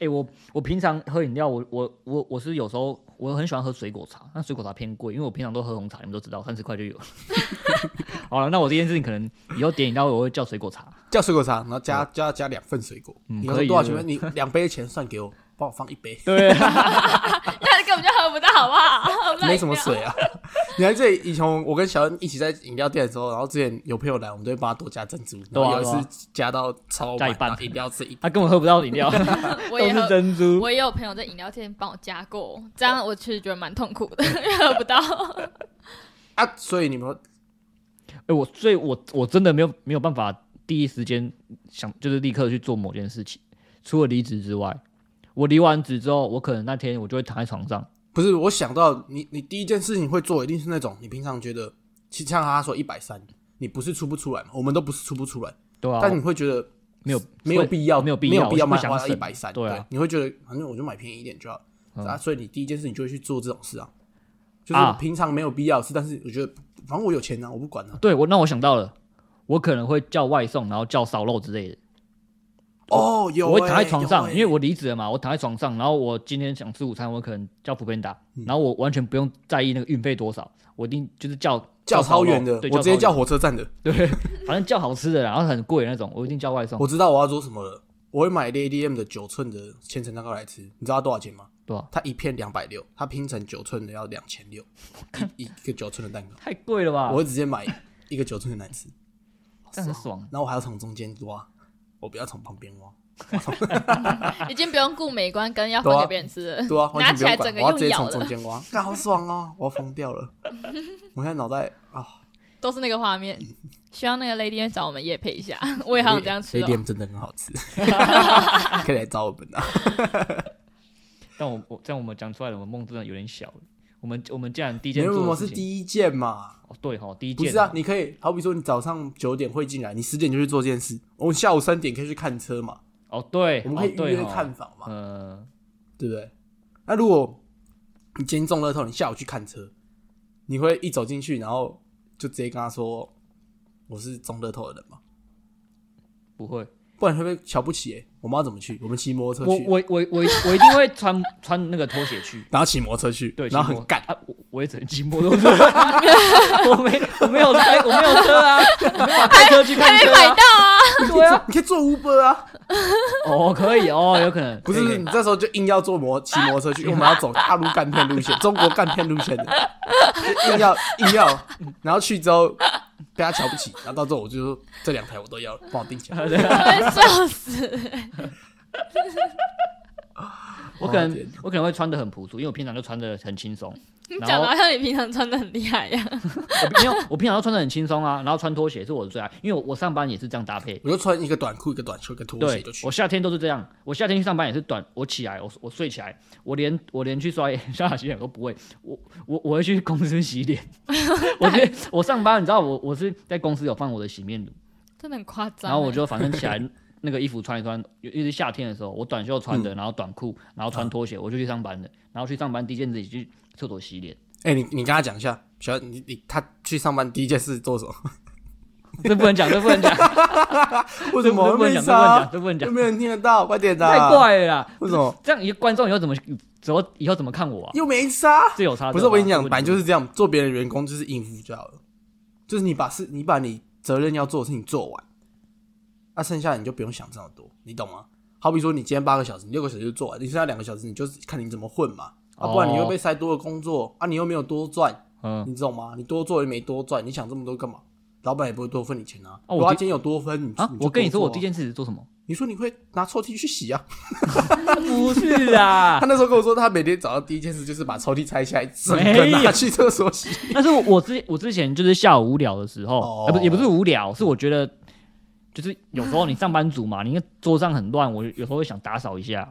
Speaker 1: 哎、我我平常喝饮料，我我我我是有时候我很喜欢喝水果茶，但水果茶偏贵，因为我平常都喝红茶，你们都知道，三十块就有了。 好了，那我这件事情可能以后点饮料我会叫水果茶，
Speaker 2: 叫水果茶，然后加加加两份水果。
Speaker 1: 嗯
Speaker 2: 你要
Speaker 1: 可
Speaker 2: 说
Speaker 1: 以
Speaker 2: 多少
Speaker 1: 对
Speaker 2: 钱？你两杯的钱算给我，帮我放一杯，
Speaker 1: 对，
Speaker 3: 那根本就喝不到，好不好？ 喝不到饮料
Speaker 2: 没什么，水啊。你还记得以前我跟小恩一起在饮料店的时候，然后之前有朋友来，我们都会帮他多加珍珠。然
Speaker 1: 对啊
Speaker 2: 后有一
Speaker 1: 对啊
Speaker 2: 次加到超
Speaker 1: 加一
Speaker 2: 满，
Speaker 1: 半
Speaker 2: 然后饮料是一
Speaker 1: 他根本喝不到饮料， 都
Speaker 3: 我也
Speaker 1: 是
Speaker 3: 喝。
Speaker 1: 珍珠。
Speaker 3: 我也有朋友在饮料店帮我加过，这样我其实觉得蛮痛苦的，因为喝不到。
Speaker 2: 啊，所以你们
Speaker 1: 哎、我所以我我真的没有没有办法第一时间想就是立刻去做某件事情，除了离职之外，我离完职之后，我可能那天我就会躺在床上，
Speaker 2: 不是我想到你，你第一件事情会做，一定是那种你平常觉得，其实像他说一百三，你不是出不出来嘛，我们都不是出不出来，
Speaker 1: 对啊，
Speaker 2: 但你会觉得
Speaker 1: 没有
Speaker 2: 没有必要，
Speaker 1: 没有必
Speaker 2: 没有
Speaker 1: 要，
Speaker 2: 必要
Speaker 1: 我
Speaker 2: 买
Speaker 1: 就不想
Speaker 2: 花到
Speaker 1: 省
Speaker 2: 一百三，
Speaker 1: 对啊，嗯
Speaker 2: 你会觉得反正我就买便宜一点就好，啊，所以你第一件事情就会去做这种事啊，就是
Speaker 1: 啊
Speaker 2: 平常没有必要的事，但是我觉得反正我有钱啊，我不管啊，
Speaker 1: 对我，那我想到了，我可能会叫外送，然后叫烧肉之类的。
Speaker 2: 哦，有欸，
Speaker 1: 我会躺在床上，
Speaker 2: 有欸
Speaker 1: 因为我离职了嘛，我躺在床上，然后我今天想吃午餐，我可能
Speaker 2: 嗯
Speaker 1: 叫普遍达，然后我完全不用在意那个运费多少，我一定就是叫
Speaker 2: 叫
Speaker 1: 烧
Speaker 2: 超
Speaker 1: 肉
Speaker 2: 远的，
Speaker 1: 对
Speaker 2: 我直接
Speaker 1: 超
Speaker 2: 叫
Speaker 1: 远
Speaker 2: 火车站的，
Speaker 1: 的反正叫好吃的，然后很贵的那种，我一定叫外送
Speaker 2: 我，知道我要做什么了，我会买 ADM 的九寸的千层蛋糕来吃，你知道它多少钱吗？
Speaker 1: 对吧？
Speaker 2: 它一片两百六，它拼成九寸的要两 千六，一一个九寸的蛋糕，
Speaker 1: 太贵了吧，
Speaker 2: 我会直接买一个九寸的来 吃，
Speaker 1: 这样很爽。
Speaker 2: 然后我还要从中间挖，我不要从旁边 挖，
Speaker 3: 已经不用顾美观跟要分给别人吃了。
Speaker 2: 对啊，完
Speaker 3: 拿
Speaker 2: 全
Speaker 3: 起
Speaker 2: 不
Speaker 3: 来
Speaker 2: 用管，
Speaker 3: 整个
Speaker 2: 我要直接
Speaker 3: 用咬
Speaker 2: 从中
Speaker 3: 的，
Speaker 2: 间挖，那好爽哦，我要疯 掉了，我现在脑袋啊，
Speaker 3: 都是那个画面。希望那个 lady 会找我们夜配一下， 我也好想这样
Speaker 1: 啊
Speaker 3: 吃、
Speaker 2: A D
Speaker 3: 哦。
Speaker 2: M 真的很好 吃，可以来找我们啊，
Speaker 1: 但我我这样我们讲出来了，我们梦真的有点小了。我们我们竟然第一
Speaker 2: 没
Speaker 1: 件
Speaker 2: 有，
Speaker 1: 做
Speaker 2: 我
Speaker 1: 的事
Speaker 2: 是
Speaker 1: 情，
Speaker 2: 第一件嘛。
Speaker 1: 哦对哈，第一
Speaker 2: 不
Speaker 1: 件
Speaker 2: 是啊，你可以好比说，你早上九点会进来，你十点就去做这件事。我们下午三点可以去看车嘛，
Speaker 1: 哦对，
Speaker 2: 啊我们可以
Speaker 1: 哦
Speaker 2: 预
Speaker 1: 对
Speaker 2: 约
Speaker 1: 哈
Speaker 2: 看房嘛。
Speaker 1: 呃，
Speaker 2: 对不对？那如果你今天中乐透，你下午去看车，你会一走进去，然后就直接跟他说我是中乐透的人吗？
Speaker 1: 不会，
Speaker 2: 不然会被瞧不起、欸。我们要怎么去？我们骑摩托车
Speaker 1: 我
Speaker 2: 去，
Speaker 1: 我我我我一定会穿 穿那个拖鞋去。
Speaker 2: 然后骑摩托车去，
Speaker 1: 对，
Speaker 2: 然后
Speaker 1: 骑摩
Speaker 2: 很干，
Speaker 1: 啊！我我也只能骑摩托车， 我没我没有开我没有车啊，我没法开车去看
Speaker 3: 还没
Speaker 1: 车
Speaker 3: 买
Speaker 1: 啊
Speaker 3: 到。啊！
Speaker 1: 对啊，
Speaker 2: 你可以坐 Uber 啊，
Speaker 1: 哦，可以哦，有可能
Speaker 2: 不
Speaker 1: 可以
Speaker 2: 是
Speaker 1: 可以
Speaker 2: 你这时候就硬要坐摩骑摩托车去，因为我们要走大陆干片路线， 中国干片路线的，就硬要硬要，然后去之后被他瞧不起，然后到最后我就说这两台我都要，帮我定起来。
Speaker 3: 我会笑死。
Speaker 1: 我可
Speaker 2: 哦天
Speaker 1: 能我可能会穿的很朴素，因为我平常就穿的很轻松，
Speaker 3: 你
Speaker 1: 然
Speaker 3: 讲
Speaker 1: 后
Speaker 3: 的好像你平常穿的很厉害一样。
Speaker 1: 我没有我平常都穿的很轻松啊，然后穿拖鞋是我的最爱，因为我我上班也是这样搭配。
Speaker 2: 我就穿一个短裤、一个短袖、一个拖鞋
Speaker 1: 对
Speaker 2: 就，去
Speaker 1: 我。夏天都是这样。我夏天去上班也是短，我起来，我我睡起来，我连我连去刷牙、 刷牙洗脸都不会。我我我会去公司洗脸。我觉得我上班，你知道我我是在公司有放我的洗面乳，
Speaker 3: 真的很夸张欸。
Speaker 1: 然后我 就反正起来那个衣服穿一穿，尤其是夏天的时候，我短袖
Speaker 2: 嗯
Speaker 1: 穿的，然后短裤，然后
Speaker 2: 啊
Speaker 1: 穿拖鞋，我就去上班了。然后去上班第一件事情去厕所洗脸，
Speaker 2: 哎、你你跟他讲一下，小你你他去上班第一件事做什么？
Speaker 1: 这不能讲，这不能讲，
Speaker 2: 为
Speaker 1: 这
Speaker 2: 什
Speaker 1: 不
Speaker 2: 么
Speaker 1: 这不
Speaker 2: 为
Speaker 1: 能讲，这不能
Speaker 2: 啥
Speaker 1: 讲，？这不能
Speaker 2: 又
Speaker 1: 讲，
Speaker 2: 没有人听得到，快点的、
Speaker 1: 太怪了啦！
Speaker 2: 为什么？
Speaker 1: 这样，一观众以后怎么怎么以后怎么看我啊？
Speaker 2: 又没差。
Speaker 1: 这有差？
Speaker 2: 不是
Speaker 1: 这有
Speaker 2: 我跟
Speaker 1: 差
Speaker 2: 你讲，
Speaker 1: 这
Speaker 2: 本
Speaker 1: 不
Speaker 2: 来就是这样，做别人的员工就是应付就好了，就是你把事，你把你责任要做的事情做完，那、剩下的你就不用想这么多，你懂吗？好比说你今天八个小时，你六个小时就做完，你剩下两个小时你就是看你怎么混嘛，啊，不然你又被塞多的工作，啊，你又没有多赚，
Speaker 1: 嗯，
Speaker 2: 你懂吗？你多做又没多赚，你想这么多干嘛？老板也不会多分你钱啊。
Speaker 1: 啊我
Speaker 2: 如果他
Speaker 1: 第
Speaker 2: 今天有多分，你就
Speaker 1: 啊，
Speaker 2: 就
Speaker 1: 我跟你说，
Speaker 2: 多做
Speaker 1: 我
Speaker 2: 啊
Speaker 1: 第一件事是做什么？
Speaker 2: 你说你会拿抽屉去洗啊？
Speaker 1: 不是啊
Speaker 2: 他，那时候跟我说，他每天早上第一件事就是把抽屉拆下来，整个
Speaker 1: 没有
Speaker 2: 拿去厕所洗。
Speaker 1: 但是我我之我之前就是下午无聊的时候，
Speaker 2: 哦
Speaker 1: 啊不也不是无聊，是我觉得就是有时候你上班族嘛，你那桌上很乱，我有时候会想打扫一下，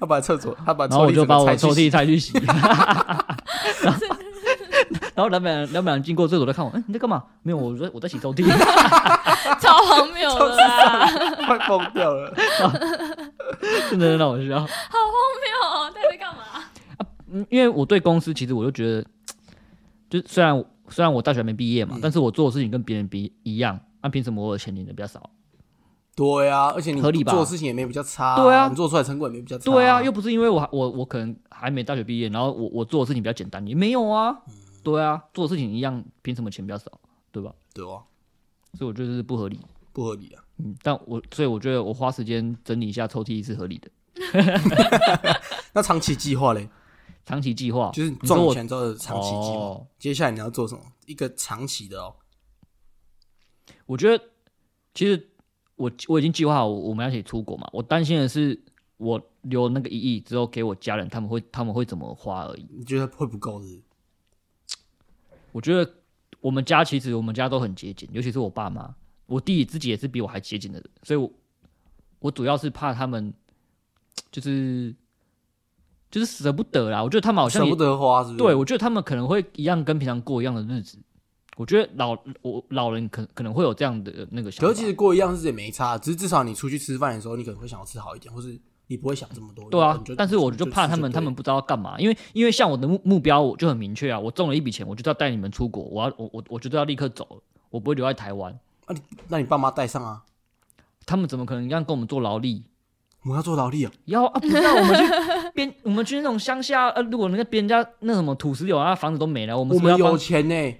Speaker 2: 他把厕所，他把
Speaker 1: 然后
Speaker 2: 啊抽
Speaker 1: 我
Speaker 2: 屉
Speaker 1: 就
Speaker 2: 整
Speaker 1: 把
Speaker 2: 个
Speaker 1: 我
Speaker 2: 拆
Speaker 1: 的抽
Speaker 2: 去
Speaker 1: 屉
Speaker 2: 洗。
Speaker 1: 拆去洗。 然后然后老板老板经过厕所在看我，嗯、你在干嘛？没有，我在我在洗抽屉。
Speaker 3: 超荒谬的 啦，
Speaker 2: 快疯掉了！
Speaker 1: 真的很好笑。
Speaker 3: 好荒谬哦！在这干嘛？
Speaker 1: 嗯，因为我对公司其实我就觉得，就虽然我虽然我大学还没毕
Speaker 2: 嗯
Speaker 1: 业嘛，但是我做的事情跟别人比一样，那、凭什么我的钱领的比较少？
Speaker 2: 对啊，而且你
Speaker 1: 合理吧
Speaker 2: 做的事情也没比较差、
Speaker 1: 对啊
Speaker 2: 你做出来成果也没比较差、
Speaker 1: 对啊，又不是因为我还我我可能还没大学毕业，然后我我做的事情比较简单，也没有啊，
Speaker 2: 嗯
Speaker 1: 对啊，做的事情一样，凭什么钱比较少，对吧？
Speaker 2: 对啊，
Speaker 1: 所以我觉得这是不合理。
Speaker 2: 不合理啊！
Speaker 1: 嗯，但我所以我觉得我花时间整理一下抽屉是合理的，
Speaker 2: 那长期计划嘞，
Speaker 1: 长期计划
Speaker 2: 就是你
Speaker 1: 你说
Speaker 2: 赚
Speaker 1: 我
Speaker 2: 钱之后的长期计划。
Speaker 1: 哦
Speaker 2: 接下来你要做什么？一个长期的哦，
Speaker 1: 我觉得其实我我已经计划好我们要一起出国嘛，我担心的是我留那个一亿之后给我家人，他们会他们会怎么花而已。
Speaker 2: 你觉得会不够是不是？
Speaker 1: 我觉得我们家其实我们家都很节俭，尤其是我爸妈，我弟自己也是比我还节俭的人，所以我我主要是怕他们就是就是舍不得啦。我觉得他们好像
Speaker 2: 舍
Speaker 1: 也
Speaker 2: 不得花是不是？
Speaker 1: 对，我觉得他们可能会一样跟平常过一样的日子。我觉得老我老人可可能会有这样的那个想
Speaker 2: 可
Speaker 1: 法，
Speaker 2: 是其实过一样日子也没差，只是至少你出去吃饭的时候，你可能会想要吃好一点，或是你不会想这么多。
Speaker 1: 对啊
Speaker 2: 你就，
Speaker 1: 但是我就怕
Speaker 2: 吃
Speaker 1: 他们，
Speaker 2: 对
Speaker 1: 他们不知道干嘛，因为因为像我的目目标，我就很明确啊，我中了一笔钱，我就要带你们出国，我要我我我觉得要立刻走了，我不会留在台湾。
Speaker 2: 那你爸妈带上啊，
Speaker 1: 他们怎么可能一样跟我们做劳力？
Speaker 2: 我们要做劳力啊，
Speaker 1: 要啊，不要我们去边 我们去那种乡下，呃，如果那个别人家那什么土石流啊，房子都没了，我们
Speaker 2: 我
Speaker 1: 是不是
Speaker 2: 们
Speaker 1: 要
Speaker 2: 有
Speaker 1: 帮？啊
Speaker 2: 钱呢、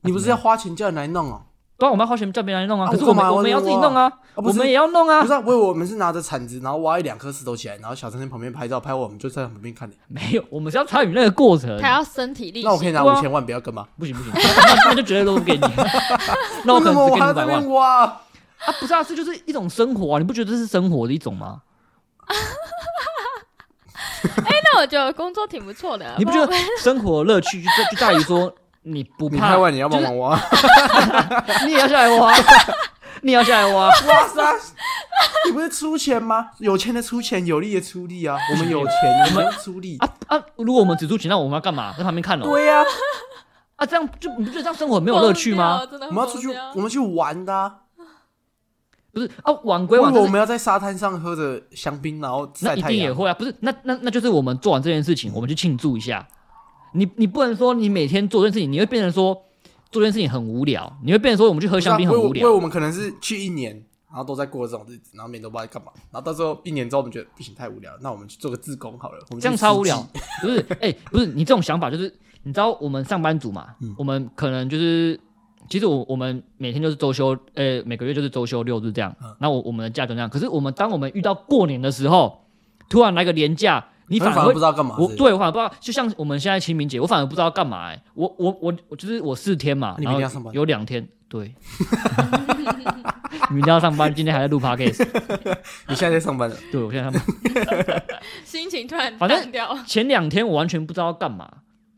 Speaker 2: 你不是要花钱叫人来弄哦、
Speaker 1: 对啊，我们要花钱叫别人来弄啊，
Speaker 2: 啊
Speaker 1: 可是
Speaker 2: 我
Speaker 1: 我
Speaker 2: 干
Speaker 1: 们
Speaker 2: 嘛
Speaker 1: 我们也要自己弄啊，
Speaker 2: 啊不
Speaker 1: 我
Speaker 2: 是
Speaker 1: 们也要弄啊
Speaker 2: 不是、，啊，我以为我们是拿着铲子，然后挖一两颗石头起来，然后小陈在旁边拍照，拍完我们就在旁边看你。
Speaker 1: 没有，我们是要参与那个过程，
Speaker 3: 他要身体力
Speaker 2: 那我可以
Speaker 3: 行。
Speaker 2: 拿
Speaker 1: 对
Speaker 2: 五
Speaker 1: 啊
Speaker 2: 千万，不要干嘛？
Speaker 1: 不行不行， 那那就绝对都不给 你， 那我
Speaker 2: 为
Speaker 1: 可
Speaker 2: 什
Speaker 1: 能
Speaker 2: 么
Speaker 1: 只
Speaker 2: 我
Speaker 1: 给你
Speaker 2: 还
Speaker 1: 五
Speaker 2: 在
Speaker 1: 百
Speaker 2: 那
Speaker 1: 万
Speaker 2: 边。挖？
Speaker 1: 啊，不是啊，这就是一种生活啊，你不觉得这是生活的一种吗？
Speaker 3: 那我觉得工作挺呃不错的。
Speaker 1: 你不觉得生活乐趣就在就在于说你不
Speaker 2: 你
Speaker 1: 怕，
Speaker 2: 拍完你要帮忙挖？啊
Speaker 1: 就是你也要下来挖， 你也要下来挖，
Speaker 2: 哇塞！你不是出钱吗？有钱的出钱，有力的出力啊！我们有钱，我们要出力。
Speaker 1: 啊啊！如果我们只出钱，那我们要干嘛？在旁边看哦。
Speaker 2: 对呀、
Speaker 1: 啊，这样就你不觉得这样生活没有乐趣吗？？
Speaker 3: 真
Speaker 2: 我
Speaker 3: 的很
Speaker 2: 们要出去
Speaker 3: 疯掉，
Speaker 2: 啊我们去玩的、啊。
Speaker 1: 不是啊，晚归
Speaker 2: 如
Speaker 1: 晚，
Speaker 2: 果
Speaker 1: 但
Speaker 2: 我
Speaker 1: 是
Speaker 2: 们要在沙滩上喝着香槟，然后
Speaker 1: 那
Speaker 2: 晒
Speaker 1: 一
Speaker 2: 太
Speaker 1: 定也
Speaker 2: 阳，
Speaker 1: 会啊。不是，那那那就是我们做完这件事情，我们去庆祝一下。你你不能说你每天做这件事情，你会变成说做这件事情很无聊，你会变成说我们去喝
Speaker 2: 不是啊
Speaker 1: 香槟很
Speaker 2: 为我
Speaker 1: 无
Speaker 2: 为
Speaker 1: 聊。
Speaker 2: 我们可能是去一年，然后都在过这种日子，然后每天都不知道在干嘛。然后到时候一年之后，我们觉得不行，太无聊了，那我们去做个自工好了。我们去
Speaker 1: 这样超
Speaker 2: 实
Speaker 1: 无聊
Speaker 2: 习。
Speaker 1: 不是，哎、不是你这种想法，就是你知道我们上班族嘛，
Speaker 2: 嗯
Speaker 1: 我们可能就是，其实我我们每天就是周休，呃，每个月就是周休六日这样。
Speaker 2: 嗯
Speaker 1: 那我我们的假就那样。可是我们当我们遇到过年的时候，突然来个年假，你
Speaker 2: 你
Speaker 1: 反
Speaker 2: 反
Speaker 1: 而
Speaker 2: 而
Speaker 1: 会
Speaker 2: 不知道干嘛。
Speaker 1: 我
Speaker 2: 是不是，
Speaker 1: 对我反而不知道，就像我们现在清明节，我反而不知道干嘛、欸。我我我我就是我四天嘛，
Speaker 2: 啊你
Speaker 1: 然
Speaker 2: 明天
Speaker 1: 后
Speaker 2: 要上班
Speaker 1: 有两天对， 明天要上班，今天还在录 podcast。
Speaker 2: 你现在在上班了，
Speaker 1: 对，我现在上班，
Speaker 3: 心情突然
Speaker 1: 反正
Speaker 3: 淡掉。
Speaker 1: 前两天我完全不知道要干嘛，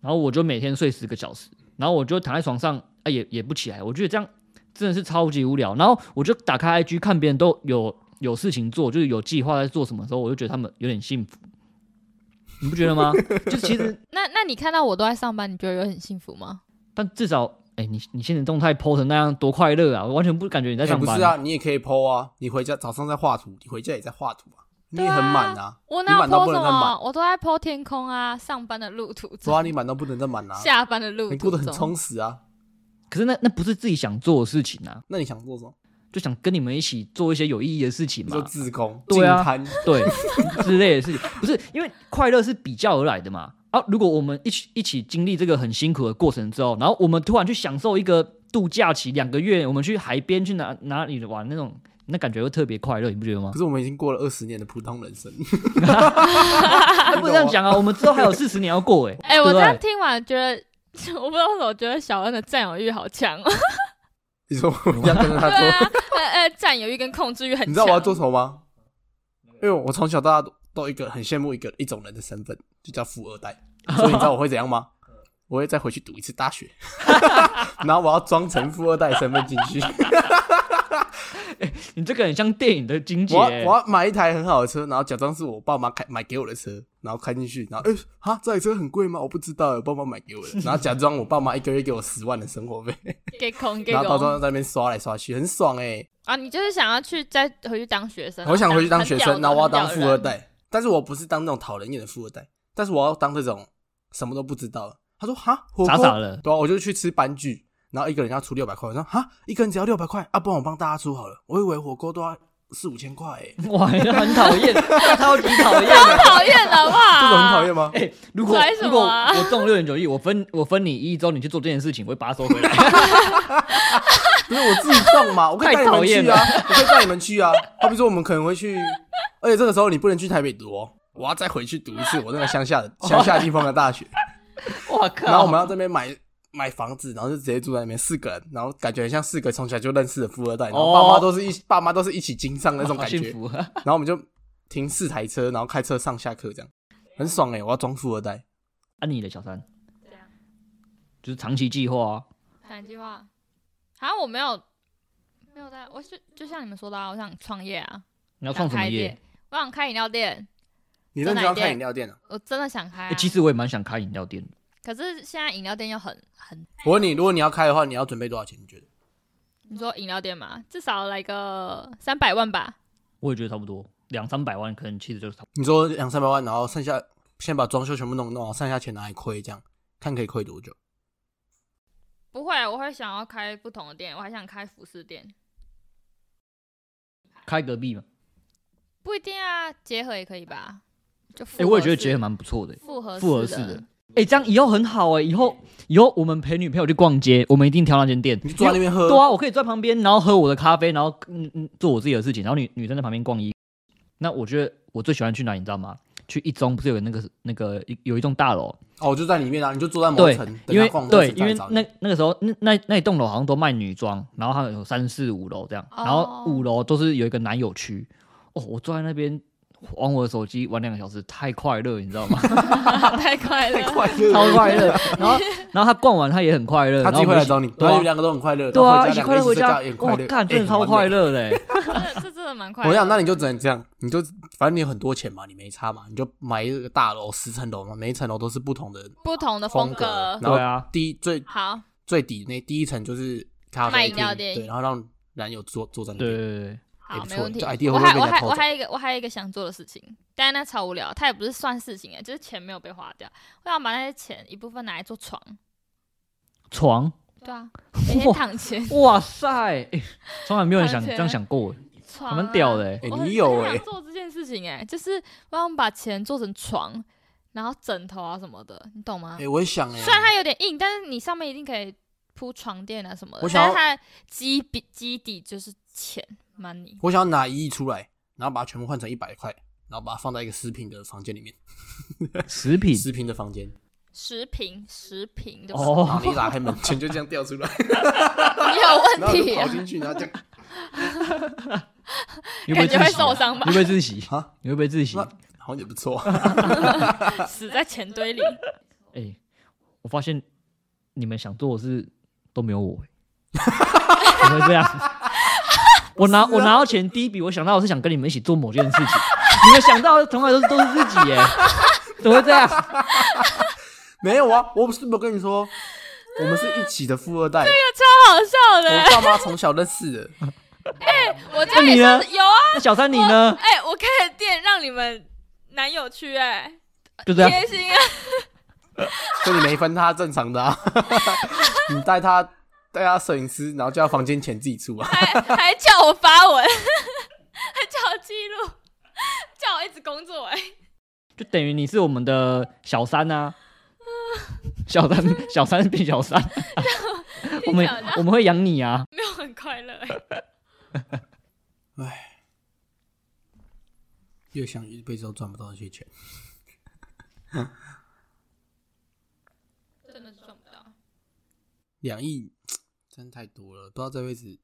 Speaker 1: 然后我就每天睡十个小时，然后我就躺在床上，啊也也不起来，我觉得这样真的是超级无聊。然后我就打开 IG 看别人都有有事情做，就是有计划在做什么的时候，我就觉得他们有点幸福，你不觉得吗？ 就其实
Speaker 3: 那那你看到我都在上班，你觉得有很幸福吗？
Speaker 1: 但至少，哎、你你现在动态 PO 成那样多快乐啊！我完全不感 觉你在
Speaker 2: 哎
Speaker 1: 上
Speaker 2: 不
Speaker 1: 班。
Speaker 2: 是啊，你也可以 PO 啊。你回家早上在画图，你回家也在画图啊，你也
Speaker 3: 对啊
Speaker 2: 很满啊。
Speaker 3: 我
Speaker 2: 你
Speaker 3: 哪有
Speaker 2: 满到
Speaker 3: PO
Speaker 2: 不
Speaker 3: 什
Speaker 2: 能再满
Speaker 3: 么？我都在 PO 天空啊，上班的路途
Speaker 2: 对啊，
Speaker 3: 中，
Speaker 2: 你满到不能再满啊，
Speaker 3: 下班的路途
Speaker 2: 你
Speaker 3: 中，
Speaker 2: 过得很充实啊。
Speaker 1: 可是那那不是自己想做的事情啊，
Speaker 2: 那你想做什么？
Speaker 1: 就想跟你们一起做一些有意义的事情
Speaker 2: 你
Speaker 1: 嘛
Speaker 2: 说，自工、
Speaker 1: 对啊
Speaker 2: 净摊，
Speaker 1: 对 之类的事情。不是因为快乐是比较而来的嘛？啊，如果我们一起一起经历这个很辛苦的过程之后，然后我们突然去享受一个度假期两个月，我们去海边去哪哪里玩那种，那感觉会特别快乐，你不觉得吗
Speaker 2: 可？是我们已经过了二十年的普通人生，
Speaker 1: 啊不能这样讲啊，我们之后还有四十年要过哎、
Speaker 3: 哎、
Speaker 1: 对
Speaker 3: 我
Speaker 1: 不
Speaker 3: 这
Speaker 1: 对
Speaker 3: 样听完觉得， 我不知道为什么觉得小恩的占有欲好强哦。
Speaker 2: 你说我要跟着他
Speaker 3: 对
Speaker 2: 做，
Speaker 3: 啊，呃呃，占有欲跟控制欲很强。
Speaker 2: 你知道我要做什么吗？因为我从小到大都都一个很羡慕一个一种人的身份，就叫富二 代。所以你知道我会怎样吗？我会再回去读一次大 学，然后我要装成富二代身份进 去。
Speaker 1: 你这个很像电影的情节、
Speaker 2: 我
Speaker 1: 欸
Speaker 2: 要我要买一台很好的车，然后假装是我爸妈开买给我的车，然后开进去，然后哎、哈，这台车很贵吗？我不知道，我爸妈买给我的，然后假装我爸妈一个月给我十万的生活费，
Speaker 3: 给空给
Speaker 2: 然后到时
Speaker 3: 空
Speaker 2: 候在那边刷来刷去，很爽哎、
Speaker 3: 啊！你就是想要去再回去当学生啊？
Speaker 2: 我想回去当
Speaker 3: 很
Speaker 2: 学
Speaker 3: 屌
Speaker 2: 生，
Speaker 3: 的
Speaker 2: 然后我要
Speaker 3: 很屌
Speaker 2: 当
Speaker 3: 的
Speaker 2: 富
Speaker 3: 人
Speaker 2: 二代，但是我不是当那种讨人厌的富二代，但是我要当这种什么都不知道的。他说哈，火锅
Speaker 1: 傻傻的
Speaker 2: 对啊，我就去吃班具，然后一个人要出六百块，我说哈，一个人只要六百块啊，不然我帮大家出好了，我以为火锅都要四五千块欸诶、
Speaker 1: 哇，你很讨厌，超级讨厌的。
Speaker 3: 讨厌了好不 好？
Speaker 2: 这种很讨厌吗？
Speaker 1: 哎、如果
Speaker 3: 拽什
Speaker 1: 如果
Speaker 3: 么啊
Speaker 1: 我中六点九亿，我分我分你一周，你去做这件事情，我会把它收回来。
Speaker 2: 不是我自己动嘛，我可以带你们去啊，我可以带你们去啊。好比说我们可能会去，而且这个时候你不能去台北读哦，我要再回去读一次我那个乡 下的乡下地方的大学，
Speaker 1: 我靠！
Speaker 2: 然后我们要这边买。买房子，然后就直接住在那边，四个人，然后感觉很像四个从小就认识的富二代，然后爸妈都是一、爸妈都是一起经商的那
Speaker 1: 哦
Speaker 2: 种
Speaker 1: 好
Speaker 2: 感觉
Speaker 1: 幸，福。啊
Speaker 2: 然后我们就停四台车，然后开车上下课这样，很爽哎、我要装富二代，
Speaker 1: 按啊你的小三
Speaker 3: 怎样，
Speaker 1: 就是长期计划啊。
Speaker 3: 哪一句话？好像我没有没有在，我是就像你们说的、啊，我想创业啊，
Speaker 1: 你要
Speaker 3: 想
Speaker 1: 创什么
Speaker 3: 开
Speaker 1: 业
Speaker 3: 店？，我想开饮料店，
Speaker 2: 你认真要开饮料店啊？
Speaker 3: 我真的想开、啊
Speaker 1: 哎、其实我也蛮想开饮料店的。
Speaker 3: 可是现在饮料店又很很，
Speaker 2: 我问你，如果你要开的话，你要准备多少钱？你觉得？
Speaker 3: 你说饮料店嘛，至少来个三百万吧。
Speaker 1: 我也觉得差不多，两三百万可能其实就是差不
Speaker 2: 你说两三百万，然后剩下先把装修全部弄弄好，剩下钱拿来亏，这样看可以亏多久？
Speaker 3: 不会，啊我会想要开不同的店，我还想开服饰店，
Speaker 1: 多开隔壁嘛。
Speaker 3: 不一定啊，结合也可以吧。就
Speaker 1: 哎、我也觉得结合蛮不错的、欸
Speaker 3: 复合
Speaker 1: 复合式
Speaker 3: 式
Speaker 1: 的。哎、这样以后很好哎、以后以后我们陪女朋友去逛街，我们一定挑那间店。
Speaker 2: 你就坐在那边喝，
Speaker 1: 对啊，我可以坐在旁边，然后喝我的咖啡，然后嗯嗯做我自己的事情，然后女女生在旁边逛衣。那我觉得我最喜欢去哪，你知道吗？去一中不是有那个那个一有一栋大楼，
Speaker 2: 哦，我就在里面啊，你就坐在某
Speaker 1: 对
Speaker 2: 层，等
Speaker 1: 因为
Speaker 2: 他逛
Speaker 1: 对，
Speaker 2: 完
Speaker 1: 因为
Speaker 2: 再找你
Speaker 1: 那那个时候那那那一栋楼好像都卖女装，然后它有三四五楼这样，然后
Speaker 3: 哦
Speaker 1: 五楼都是有一个男友区。哦，我坐在那边玩我的手机玩两个小时，太快乐，你知道吗？
Speaker 3: 太快乐
Speaker 2: 太。快乐 了，
Speaker 1: 超快 乐。然后然后他逛完他也很快乐，
Speaker 2: 他自
Speaker 1: 然后
Speaker 2: 己
Speaker 1: 我
Speaker 2: 会
Speaker 1: 们
Speaker 2: 来
Speaker 1: 一起
Speaker 2: 找你，
Speaker 1: 对
Speaker 2: 呃然后
Speaker 1: 啊
Speaker 2: 你们两个都很快乐，
Speaker 1: 对
Speaker 2: 然后
Speaker 1: 啊，
Speaker 2: 回
Speaker 1: 一起快乐
Speaker 2: 两个
Speaker 1: 回
Speaker 2: 睡觉
Speaker 1: 家
Speaker 2: 也很，快
Speaker 1: 哇，
Speaker 2: 乐，
Speaker 1: 干，真的欸
Speaker 2: 哎很
Speaker 1: 超
Speaker 2: 完
Speaker 1: 快
Speaker 2: 美。
Speaker 1: 乐嘞！
Speaker 3: 这这真的蛮快乐的。
Speaker 2: 我想，那你就只能这样，你就反正你有很多钱嘛，你没差嘛，你就买一个大楼，十层楼嘛，每一层楼都是不同的
Speaker 3: 不同的
Speaker 2: 风
Speaker 3: 风
Speaker 2: 格
Speaker 3: 格。。
Speaker 2: 然后
Speaker 1: 对啊
Speaker 2: 第一最
Speaker 3: 好，
Speaker 2: 最底那第一层就是咖
Speaker 3: 卖
Speaker 2: 啡
Speaker 3: 饮料
Speaker 2: 厅，
Speaker 3: 店
Speaker 2: 对，然后让男友坐坐在那
Speaker 1: 对对
Speaker 2: 边，
Speaker 1: 对对，
Speaker 2: 也
Speaker 3: 好，
Speaker 2: 不
Speaker 3: 没
Speaker 2: 错
Speaker 3: 问题
Speaker 2: 这 idea。
Speaker 3: 我
Speaker 2: 会不会被人
Speaker 3: 还我
Speaker 2: 家
Speaker 3: 还
Speaker 2: 偷
Speaker 3: 我
Speaker 2: 走
Speaker 3: 还有一个我还有一个想做的事情，但是那超无聊，它也不是算事情哎，就是钱没有被花掉，我想把那些钱一部分拿来做床。
Speaker 1: 床，
Speaker 3: 对啊，每天
Speaker 1: 哇
Speaker 3: 躺钱，
Speaker 1: 哇塞，哎从来没有人想
Speaker 3: 躺
Speaker 1: 这
Speaker 3: 起来
Speaker 1: 样想过，
Speaker 3: 床、
Speaker 1: 还
Speaker 3: 啊，
Speaker 1: 蛮屌的、欸，
Speaker 2: 哎、
Speaker 3: 我很
Speaker 2: 你有
Speaker 3: 很
Speaker 2: 哎、
Speaker 3: 想做这件事情哎、就是我想把钱做成床，然后枕头啊什么的，你懂吗？
Speaker 2: 哎、我也想哎、
Speaker 3: 虽然它有点硬，但是你上面一定可以铺床垫啊什么的
Speaker 2: 我。想要
Speaker 3: 但是它的基底基底就是钱 money，
Speaker 2: 我想要拿一亿出来，然后把它全部换成一百块，然后把它放在一个十平的房间里面，
Speaker 1: 食品
Speaker 2: 十平的房间，
Speaker 3: 十平十平的吧，
Speaker 2: 然
Speaker 1: 哦
Speaker 2: 后，你一打 开门，钱就这样掉出来，
Speaker 3: 你有
Speaker 2: 然
Speaker 3: 问
Speaker 2: 后
Speaker 3: 题
Speaker 2: 就跑
Speaker 3: 啊，
Speaker 2: 进去，然后这样，
Speaker 1: 你会不会自
Speaker 3: 感觉会
Speaker 1: 喜啊
Speaker 3: 受伤
Speaker 1: 你
Speaker 3: 吧
Speaker 1: 会不？会自喜
Speaker 2: 啊？
Speaker 1: 你会不会自喜？
Speaker 2: 那好像也不错。
Speaker 3: 死在钱堆里，
Speaker 1: 哎、我发现你们想做的事都没有我、 欸，怎么会这样？我拿、
Speaker 3: 啊
Speaker 1: 我拿到钱第一笔，我想到的是想跟你们一起做某件事情，你们想到的从来都是都是自己耶、 怎么会这样？
Speaker 2: 没有啊，我不是没有跟你说，我们是一起的富二代，
Speaker 3: 超好笑的、欸
Speaker 2: 我爸妈从小认识的。
Speaker 3: 我家里
Speaker 1: 那你呢
Speaker 3: 上次有啊，
Speaker 1: 那小三你呢？
Speaker 3: 哎、我开的店让你们男友去哎、
Speaker 1: 就这样，
Speaker 3: 贴心啊，
Speaker 2: 所以你没分他正常 的、啊，你带他带他摄影师，然后叫他房间钱自己出啊。
Speaker 3: 还 还叫我发文， 还叫我记录，叫我一直工作哎、
Speaker 1: 就等于你是我们的小三啊。小三，小三变小三，啊 我们
Speaker 3: 小三
Speaker 1: 我们会养你啊！
Speaker 3: 没有很快乐哎、
Speaker 2: 越想一辈子都赚不到这些钱，
Speaker 3: 真的赚不到。
Speaker 2: 两亿真太多了，不知道这辈子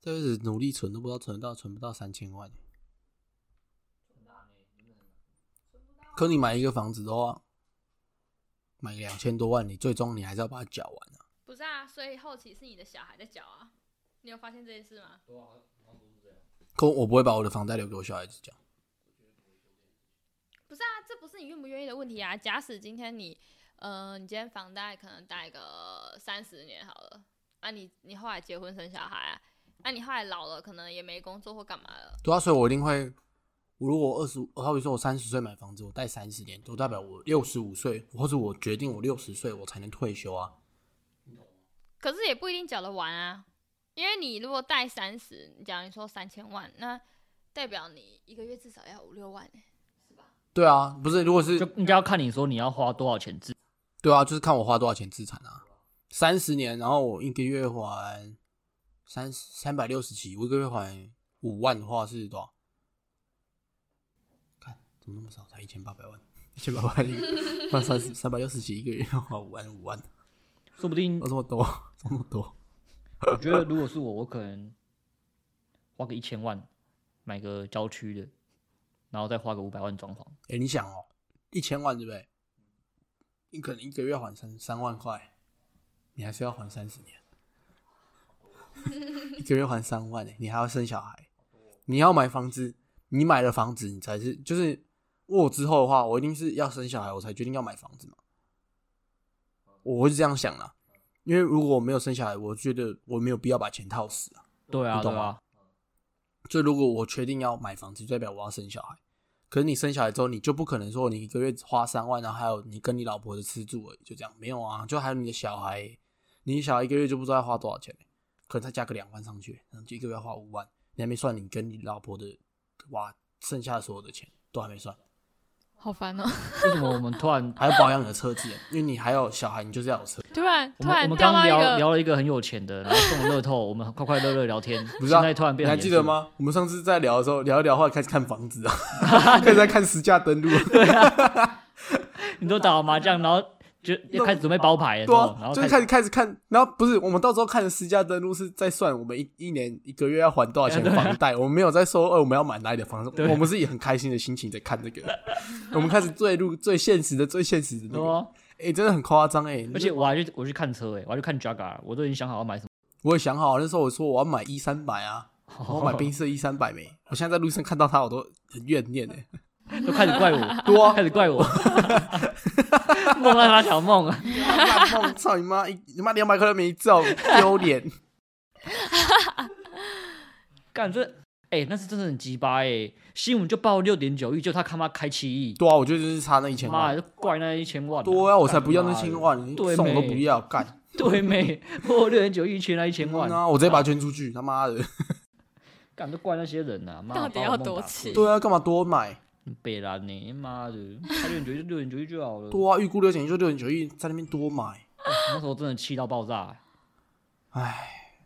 Speaker 2: 这辈子努力存都不知道存得到存不到三千万。可你买一个房子的话，买两千多万，你最终你还是要把它缴完啊。
Speaker 3: 不是啊，所以后期是你的小孩在缴啊。你有发现这件事吗？
Speaker 2: 可我不会把我的房贷留给我小孩子缴。
Speaker 3: 不是啊，这不是你愿不愿意的问题啊。假使今天你，呃，你今天房贷可能贷个三十年好了，啊你，你后来结婚生小孩、啊，啊，你后来老了可能也没工作或干嘛了，
Speaker 2: 对啊，所以我一定会，我如果二十，好比说我三十岁买房子，我贷三十年，就代表我六十五岁，或者我决定我六十岁我才能退休啊。
Speaker 3: 可是也不一定缴得完啊。因为你如果贷三十，假如你说三千万，那代表你一个月至少要五六万、欸、
Speaker 2: 对啊，不是，如果是
Speaker 1: 就应该要看你说你要花多少钱自
Speaker 2: 对啊，就是看我花多少钱资产啊。三十年，然后我一个月还三三百六十七，我一个月还五万的话是多少？看怎么那么少，才一千八百万，一千八百万一 个，换三三百六十七一个月要花五万五万，
Speaker 1: 说不定
Speaker 2: 要这么多， 这么多。
Speaker 1: 我觉得如果是我，我可能花个一千万买个郊区的，然后再花个五百万装潢。
Speaker 2: 哎、你想哦，一千万对不对？你可能一个月还三三万块，你还是要还三十年， 一个月还三万呢、欸你还要生小孩，你要买房子，你买了房子，你才是就是我之后的话，我一定是要生小孩，我才决定要买房子嘛。我会是这样想啦，因为如果我没有生小孩，我觉得我没有必要把钱套死啊。
Speaker 1: 对啊，
Speaker 2: 你
Speaker 1: 对
Speaker 2: 懂
Speaker 1: 啊，
Speaker 2: 就如果我确定要买房子，就代表我要生小孩。可是你生小孩之后，你就不可能说你一个月花三万，然后还有你跟你老婆的吃住而已，就这样没有啊，就还有你的小孩，你小孩一个月就不知道要花多少钱，可能再加个两万上去，然后就一个月花五万，你还没算你跟你老婆的哇，剩下的所有的钱都还没算，
Speaker 3: 好烦哦、
Speaker 1: 啊为什么我们突 然
Speaker 2: 还要保养你的车子，因为你还有小孩，你就是要有车，
Speaker 3: 突然
Speaker 1: 我
Speaker 3: 突
Speaker 1: 们我
Speaker 3: 然
Speaker 1: 们
Speaker 3: 掉
Speaker 1: 刚
Speaker 3: 到一
Speaker 1: 聊
Speaker 3: 个
Speaker 1: 聊了一个很有钱的，然后中了乐透，我们快快乐乐聊天，
Speaker 2: 不是、啊？
Speaker 1: 现在突然变
Speaker 2: 你还
Speaker 1: 很严
Speaker 2: 记
Speaker 1: 肃
Speaker 2: 得？吗？我们上次在聊的时候聊一聊，后来开始看房子啊， 开始在看实价登录，啊
Speaker 1: 你都打完麻将，然后就要开始准备包牌的时
Speaker 2: 对
Speaker 1: 候，然
Speaker 2: 啊，
Speaker 1: 后
Speaker 2: 就是
Speaker 1: 开
Speaker 2: 开始开始看，然后不是我们到时候看的私家登录是在算我们一一年一个月要还多少钱的房贷，我们没有在说呃我们要买哪里的房子，
Speaker 1: 啊对
Speaker 2: 我们是以很开心的心情在看这个， 我们开始坠入最现实的最现实的那
Speaker 1: 对
Speaker 2: 个，
Speaker 1: 啊，
Speaker 2: 哎、真的很夸张哎，
Speaker 1: 而且我还去我去看车哎、我还去看 Jaga，我都已经想好要买什么。
Speaker 2: 我也想好那时候我说我要买一三百啊，我 买冰色一三百没，我现在在路上看到它我都很怨念哎、
Speaker 1: 都开始怪我，
Speaker 2: 对啊
Speaker 1: 开始怪我，梦到他小梦啊，
Speaker 2: 烂梦，操你妈！一你妈两百块都没中，丢脸！
Speaker 1: 干这哎、那是真的很鸡巴哎，新闻就报六点九亿，就他他妈开七亿，
Speaker 2: 对啊，我觉得就是差那一千
Speaker 1: 妈
Speaker 2: 万。
Speaker 1: 的就怪那一千万、
Speaker 2: 对啊，我才不要那千万，你
Speaker 1: 对
Speaker 2: 送我都
Speaker 1: 没
Speaker 2: 不要干。
Speaker 1: 对没？破六点九亿缺那一千万
Speaker 2: 啊
Speaker 1: 啊
Speaker 2: 嗯，啊！我直接把它捐出去，他妈的！
Speaker 1: 干都怪那些人呐、啊，妈
Speaker 4: 到底
Speaker 1: 把我
Speaker 4: 要
Speaker 1: 梦
Speaker 4: 多
Speaker 1: 打
Speaker 4: 气
Speaker 1: 碎
Speaker 2: 对啊，干嘛多买？
Speaker 1: 北兰呢、妈的， 开六点九一六点九一就好了。哎
Speaker 2: 多啊，预估六点一就六点九亿，在那边多买。
Speaker 1: 那时候真的气到爆炸、欸
Speaker 2: 唉，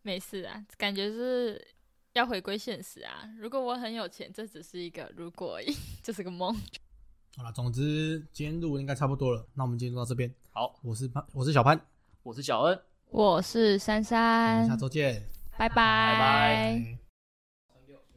Speaker 3: 没事啊，感觉是要回归现实啊。如果我很有钱，这只是一个如果而已， 就是个梦。
Speaker 2: 好了，总之今天录应该差不多了，那我们今天录到这边。
Speaker 1: 好，
Speaker 2: 我是潘，我是小潘，
Speaker 1: 我是小恩。
Speaker 3: 我是
Speaker 2: 我
Speaker 3: 珊
Speaker 2: 们
Speaker 3: 珊
Speaker 2: 下，周见，
Speaker 3: 拜拜
Speaker 1: 拜
Speaker 2: 拜。